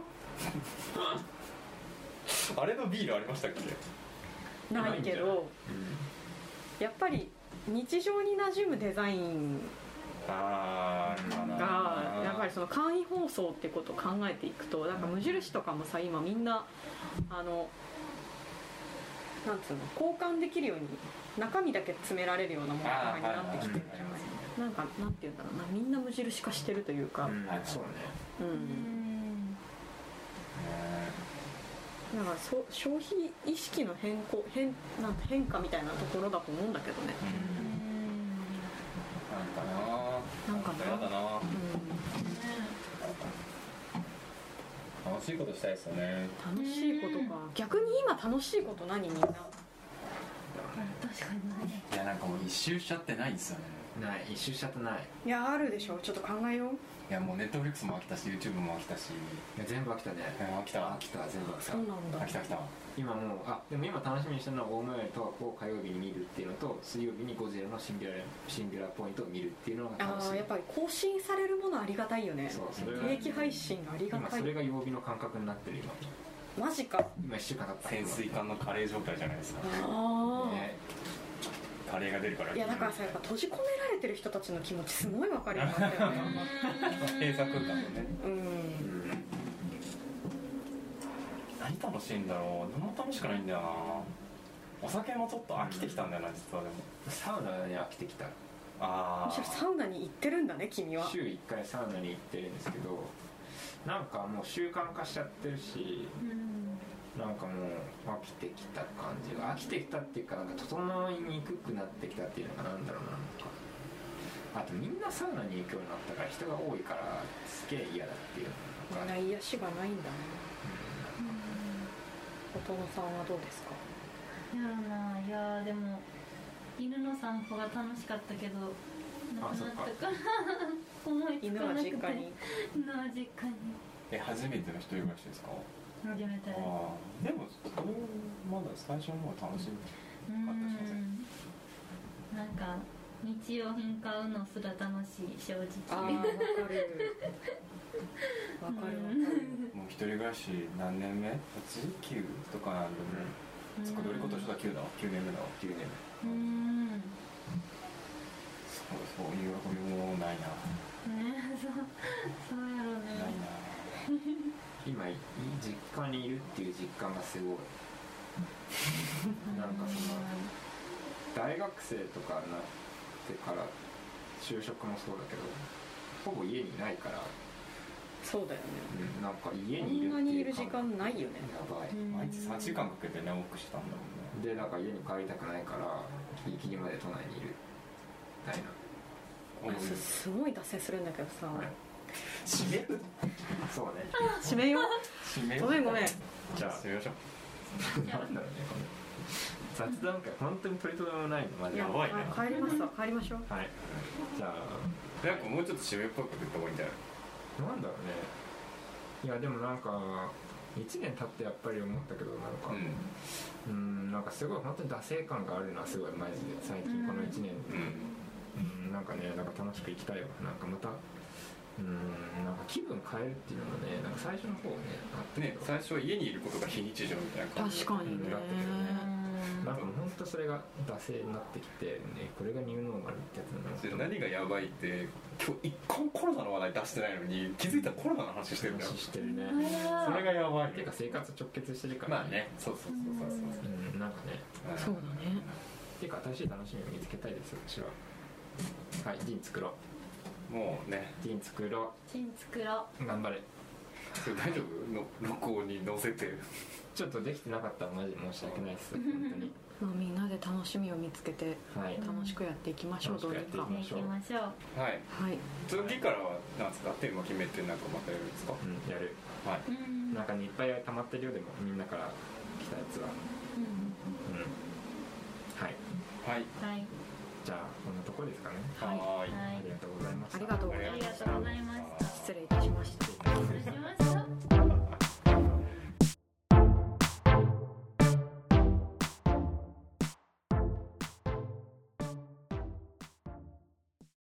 Speaker 2: あれのビールありましたっけ
Speaker 3: ないけどやっぱり日常に馴染むデザイン
Speaker 2: あ
Speaker 3: がやっぱりその簡易包装ってことを考えていくとなんか無印とかもさ今みんなあのなんつうの交換できるように中身だけ詰められるようなものとかになってきてるじゃないなんかなんていうんだろうなみんな無印化してるというか、
Speaker 1: うんそうね
Speaker 3: う、
Speaker 4: うんん
Speaker 3: だからそう消費意識の変更変なんて変化みたいなところだと思うんだけどね、
Speaker 2: なんかな
Speaker 3: なんかな
Speaker 2: やだな
Speaker 3: う
Speaker 2: 楽しいことしたいですよね
Speaker 3: ん、楽しいことか逆に今楽しいこと何みんな
Speaker 4: 確かにね
Speaker 2: いやなんかもう一周しちゃってないんですよね
Speaker 1: ない一周しちゃってない
Speaker 3: いやあるでしょちょっと考えよう
Speaker 2: いやもうネットフリックスも飽きたし YouTube も飽きたし
Speaker 1: いや全部飽きたね
Speaker 2: 飽きた
Speaker 1: 飽きた全部飽きた
Speaker 3: そうなんだ
Speaker 2: 飽きた飽きた
Speaker 1: 今もうあでも今楽しみにしてるのは大村より十和子を火曜日に見るっていうのと水曜日にゴジラのシンビュラシンビュラポイントを見るっていうのが楽し
Speaker 3: ああ
Speaker 1: み
Speaker 3: やっぱり更新されるものありがたいよね
Speaker 1: そうそれが
Speaker 3: 定期配信ありが
Speaker 1: 今
Speaker 3: たい
Speaker 1: それが曜日の感覚になってる今
Speaker 3: マジか
Speaker 1: 今1週間経った
Speaker 2: 潜水艦のカレー状態じゃないですか
Speaker 3: ああ、
Speaker 1: ね
Speaker 2: カレーが出るから
Speaker 3: いやだからさやっぱ閉じ込められてる人たちの気持ちすごいわかるようになったよね
Speaker 2: 閉鎖空間のね
Speaker 3: うん
Speaker 2: 何楽しいんだろう何も楽しくないんだよなお酒もちょっと飽きてきたんだよな実はでも
Speaker 1: サウナに飽きてきた
Speaker 2: あ
Speaker 3: むしろ
Speaker 2: あ
Speaker 3: サウナに行ってるんだね君は
Speaker 1: 週1回サウナに行ってるんですけどなんかもう習慣化しちゃってるし
Speaker 4: うん
Speaker 1: なんかもう飽きてきた感じが飽きてきたっていうかなんか整いにくくなってきたっていうのがなんだろうななんかあとみんなサウナに行くようになったから人が多いからすげえ嫌だっていうの
Speaker 3: みん
Speaker 1: が
Speaker 3: な癒しがないんだねお父さんはどうですか
Speaker 4: いやーないやーでも犬の散歩が楽しかったけどな
Speaker 1: あ
Speaker 4: く
Speaker 1: そっ
Speaker 4: なった
Speaker 1: か
Speaker 4: から 思いつ
Speaker 3: 犬
Speaker 4: か
Speaker 3: は
Speaker 4: なくて
Speaker 3: 実家に
Speaker 4: 犬は実家に
Speaker 2: え初めての一人暮らしですか
Speaker 4: 始めた
Speaker 2: あ
Speaker 4: い
Speaker 2: あでもそれまだ最初の方が楽しみ
Speaker 4: うーんなんか日用品買うのすら楽しい正
Speaker 3: ああ
Speaker 4: 直
Speaker 3: わかるわかるわかる
Speaker 2: もう一人暮らし何年目 ?89 とかなんでね、そっかどれことし
Speaker 4: だ
Speaker 2: たら9だ9年目だわ
Speaker 1: 9年
Speaker 4: うーんね
Speaker 2: そうそういう喜びもないな
Speaker 4: そうそうやろうね
Speaker 2: ないな
Speaker 1: 今い実家にいるっていう実感がすごいなんかその大学生とかになってから就職もそうだけどほぼ家にないから、
Speaker 3: そうだよね
Speaker 1: うんなんか家
Speaker 3: こ
Speaker 1: にいる
Speaker 3: ん
Speaker 1: っていう
Speaker 3: なにいる時間ないよね
Speaker 1: やばい
Speaker 4: うん
Speaker 2: 毎日3時間かけてね往復してたんだもんね
Speaker 1: でなんか家に帰りたくないからギリギリまで都内にいるみたいな
Speaker 2: おい
Speaker 3: すすごい脱線するんだけどさ
Speaker 2: 締める
Speaker 1: そう ね
Speaker 3: 締めよ
Speaker 2: 締め
Speaker 3: う
Speaker 2: る
Speaker 3: ごめんごめん
Speaker 2: じゃあ締めましょう
Speaker 1: なんだろうねこの雑談会本当に取り留めもないのマジで
Speaker 2: や
Speaker 1: は
Speaker 2: ばいね
Speaker 3: あ帰りますわ帰りましょう
Speaker 1: いじゃ
Speaker 2: なんかもうちょっと締めっぽく言った方がいいんじゃない
Speaker 1: あなんだろうねいやでもなんか1年経ってやっぱり思ったけどなんかうんなんかすごい本当に惰性感があるのはすごいマジで最近この1年
Speaker 2: うんうん
Speaker 1: うんなんかねなんか楽しく生きたいわなんかまたうんなんか気分変えるっていうのもねなんか最初の方ねあったけ
Speaker 2: ね
Speaker 1: ど
Speaker 2: 最初は家にいることが非日常みたいな感じ
Speaker 3: 確かにね
Speaker 1: だったけどね
Speaker 4: うん
Speaker 1: なんかもう本当それが惰性になってきて、ね、これがニューノーマルってやつなの
Speaker 2: で何がやばいって今日一個もコロナの話題出してないのに気づいたらコロナの話してるんだよ
Speaker 1: 話してるね
Speaker 4: あら
Speaker 2: それがやばい
Speaker 1: ていうか生活直結してるから、
Speaker 2: まあねそうそうそうそうそう
Speaker 1: うんなんかね
Speaker 3: そうだね
Speaker 1: ていうか新しい楽しみを見つけたいです私ははいジン作ろ
Speaker 2: もうね
Speaker 1: うジン作ろ
Speaker 4: チン作ろ
Speaker 1: う頑張れ
Speaker 2: それ大丈夫の録音に載せて
Speaker 1: ちょっとできてなかったらマジ申し訳ないです本当に
Speaker 3: まあみんなで楽しみを見つけて
Speaker 1: はい
Speaker 3: 楽しくやっていきましょうどうに
Speaker 1: 楽しくやっ
Speaker 3: か
Speaker 4: う
Speaker 1: 行
Speaker 4: ね行
Speaker 1: き
Speaker 4: き
Speaker 1: ま
Speaker 4: ましょう
Speaker 2: はい
Speaker 3: はい
Speaker 2: 次からはなんですかテーマ決めてなんかまたやるんですか
Speaker 1: うんやる
Speaker 2: はい
Speaker 4: うん
Speaker 1: 中にいっぱい溜まってるよでもみんなから来たやつは
Speaker 4: うん
Speaker 1: うんはい
Speaker 2: はい
Speaker 4: はい
Speaker 1: じゃあこんなとこですかね
Speaker 2: はーい
Speaker 4: はい
Speaker 1: ありがとうございました
Speaker 3: ありがとうございま
Speaker 4: ありがとうございました